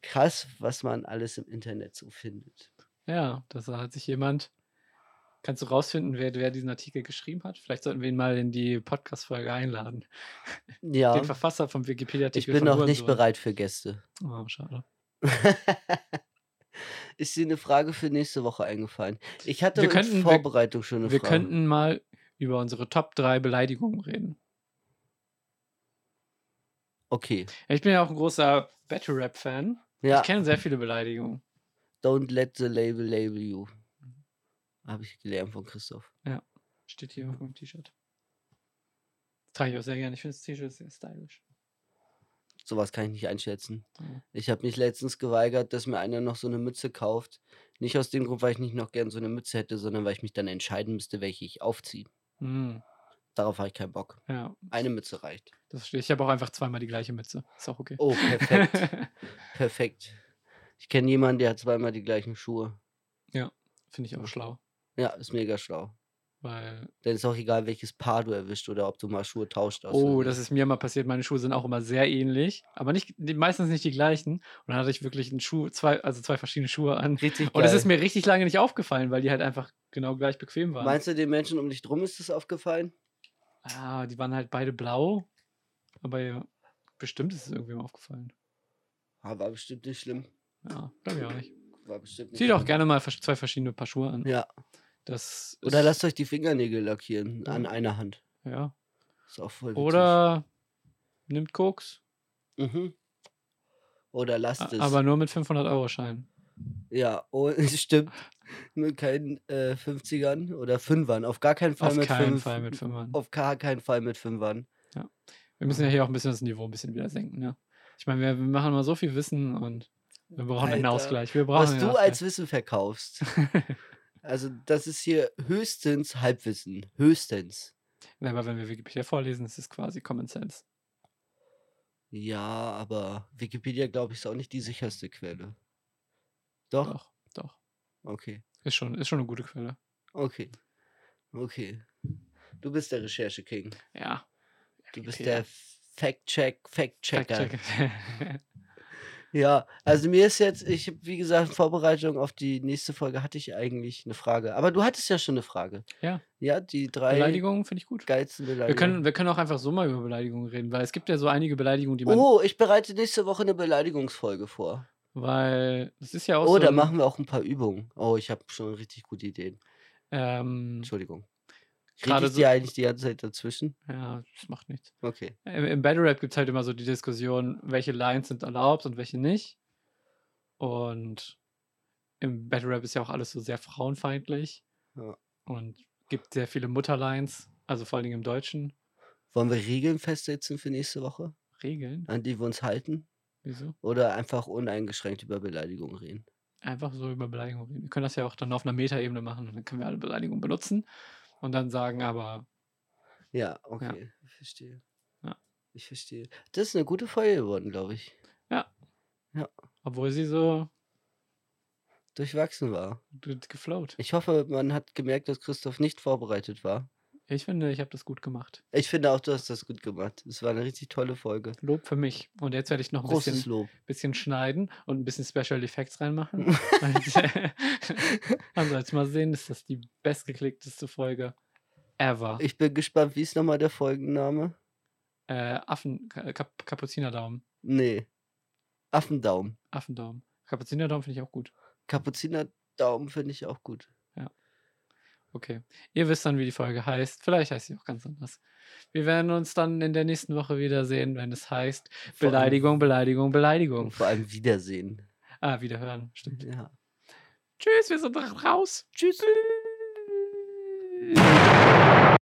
B: Krass, was man alles im Internet so findet.
A: Ja, das hat sich jemand. Kannst du rausfinden, wer, wer diesen Artikel geschrieben hat? Vielleicht sollten wir ihn mal in die Podcast-Folge einladen.
B: Ja,
A: Den Verfasser vom
B: ich
A: Wikipedia-Artikel.
B: bin
A: von
B: noch nicht
A: Hurensohn.
B: bereit für Gäste.
A: Oh, schade.
B: Ist dir eine Frage für nächste Woche eingefallen? Ich hatte
A: Wir
B: in
A: könnten- wir-
B: Vorbereitung schon eine
A: Wir
B: Frage.
A: könnten mal über unsere Top 3 Beleidigungen reden.
B: okay.
A: Ich bin ja auch ein großer Battle Rap-Fan.
B: Ja,
A: Ich kenne sehr viele Beleidigungen.
B: don't let the label label you. Habe ich gelernt von Christoph.
A: Steht hier auf meinem T-Shirt. Das trage ich auch sehr gerne. Ich finde das T-Shirt sehr stylisch.
B: Sowas kann ich nicht einschätzen.
A: Mhm.
B: Ich habe mich letztens geweigert, dass mir einer noch so eine Mütze kauft. Nicht aus dem Grund, weil ich nicht noch gern so eine Mütze hätte, sondern weil ich mich dann entscheiden müsste, welche ich aufziehe.
A: Mhm.
B: Darauf habe ich keinen Bock.
A: Ja,
B: Eine Mütze reicht.
A: das verstehe ich. Ich habe auch einfach zweimal die gleiche Mütze. Ist auch okay.
B: Oh, perfekt. perfekt. Ich kenne jemanden, der hat zweimal die gleichen Schuhe.
A: finde ich auch schlau.
B: Ja, ist mega schlau.
A: Weil,
B: Dann ist auch egal, welches Paar du erwischt oder ob du mal Schuhe tauscht. aus
A: oh,
B: Versehen.
A: das ist mir immer passiert. Meine Schuhe sind auch immer sehr ähnlich, aber nicht, die, meistens nicht die gleichen. Und dann hatte ich wirklich einen Schuh, zwei, also zwei verschiedene Schuhe an.
B: richtig geil.
A: Und es oh, ist mir richtig lange nicht aufgefallen, weil die halt einfach genau gleich bequem waren.
B: Meinst du, den Menschen um dich drum ist das aufgefallen?
A: Ah, die waren halt beide blau. Aber ja, bestimmt ist es irgendwem aufgefallen.
B: Ah, war bestimmt nicht schlimm.
A: Ja, glaube ich auch nicht.
B: War bestimmt nicht
A: Zieht auch
B: schlimm.
A: gerne mal vers- zwei verschiedene Paar Schuhe an.
B: Ja.
A: Das
B: Oder
A: ist-
B: lasst euch die Fingernägel lackieren an einer Hand.
A: Ja.
B: Ist auch voll witzig.
A: Oder nimmt Koks,
B: Mhm. Oder
A: a-
B: lasst es.
A: aber nur mit 500-Euro-Schein.
B: ja, oh, stimmt. Mit keinen äh, 50ern oder Fünfern. Auf gar keinen Fall
A: Auf
B: mit
A: keinen
B: fünf-
A: Fall mit 5
B: Auf gar keinen Fall mit Fünfern.
A: Wir müssen ja hier auch ein bisschen das Niveau ein bisschen wieder senken, ne? Ich meine, wir, wir machen mal so viel Wissen und wir brauchen einen
B: Alter,
A: Ausgleich. Wir brauchen
B: Was
A: einen
B: du als
A: Ausgleich.
B: Wissen verkaufst. also, das ist hier höchstens Halbwissen. Höchstens.
A: Ja, aber wenn wir Wikipedia vorlesen, ist es quasi Common Sense.
B: Ja, aber Wikipedia, glaube ich, ist auch nicht die sicherste Quelle. Doch?
A: Doch, doch.
B: Okay.
A: Ist schon, ist schon eine gute Quelle.
B: Okay. Okay. Du bist der Recherche-King.
A: Ja.
B: Du bist
A: Wikipedia.
B: der Fact-Check, Fact-Checker.
A: Fact-Check.
B: Ja, also mir ist jetzt, ich habe, wie gesagt, in Vorbereitung auf die nächste Folge hatte ich eigentlich eine Frage. Aber du hattest ja schon eine Frage.
A: Ja.
B: Ja, die drei
A: Beleidigungen finde ich gut.
B: geilsten
A: Wir
B: Beleidigungen.
A: können, wir können auch einfach so mal über Beleidigungen reden, weil es gibt ja so einige Beleidigungen, die man.
B: oh, ich bereite nächste Woche eine Beleidigungsfolge vor.
A: Weil es ist ja auch
B: Oh,
A: so.
B: da
A: ein-
B: machen wir auch ein paar Übungen. Oh, ich habe schon richtig gute Ideen.
A: Ähm,
B: Entschuldigung. Rede
A: Hm. Gerade
B: ich
A: so-
B: dir eigentlich die ganze Zeit dazwischen?
A: ja, das macht nichts.
B: Okay.
A: Im, im Battle Rap gibt es halt immer so die Diskussion, welche Lines sind erlaubt und welche nicht. Und im Battle Rap ist ja auch alles so sehr frauenfeindlich.
B: Ja.
A: Und gibt sehr viele Mutterlines, also vor allen Dingen im Deutschen.
B: Wollen wir Regeln festsetzen für nächste Woche,
A: Regeln.
B: an die wir uns halten?
A: Wieso?
B: Oder einfach uneingeschränkt über Beleidigungen reden?
A: Einfach so über Beleidigungen reden. Wir können das ja auch dann auf einer Metaebene machen und dann können wir alle Beleidigungen benutzen und dann sagen, aber
B: Ja, okay. Verstehe.
A: Ja.
B: Ich verstehe. Das ist eine gute Folge geworden, glaube ich.
A: obwohl sie so
B: Durchwachsen war.
A: ge- geflowt.
B: Ich hoffe, man hat gemerkt, dass Christoph nicht vorbereitet war.
A: Ich finde, ich habe das gut gemacht.
B: Ich finde auch, du hast das gut gemacht. Es war eine richtig tolle Folge.
A: Lob für mich. Und jetzt werde ich noch ein
B: Großes
A: bisschen,
B: Lob.
A: bisschen schneiden und ein bisschen Special Effects reinmachen. Und, äh, Man soll es mal sehen, ist das die bestgeklickteste Folge ever.
B: Ich bin gespannt, wie ist nochmal der Folgenname?
A: Äh, Affen, Ka- Kap Kapuzinerdaumen.
B: Nee. Affendaum.
A: Affendaumen. Kapuzinerdaumen finde ich auch gut.
B: Kapuzinerdaum finde ich auch gut.
A: Okay. Ihr wisst dann, wie die Folge heißt. Vielleicht heißt sie auch ganz anders. Wir werden uns dann in der nächsten Woche wiedersehen, wenn es heißt
B: Vor allem- Hm.
A: Beleidigung, Beleidigung,
B: Und
A: Beleidigung.
B: vor allem Wiedersehen.
A: Ah, wiederhören. Stimmt.
B: Ja.
A: Tschüss, wir sind raus. Tschüss.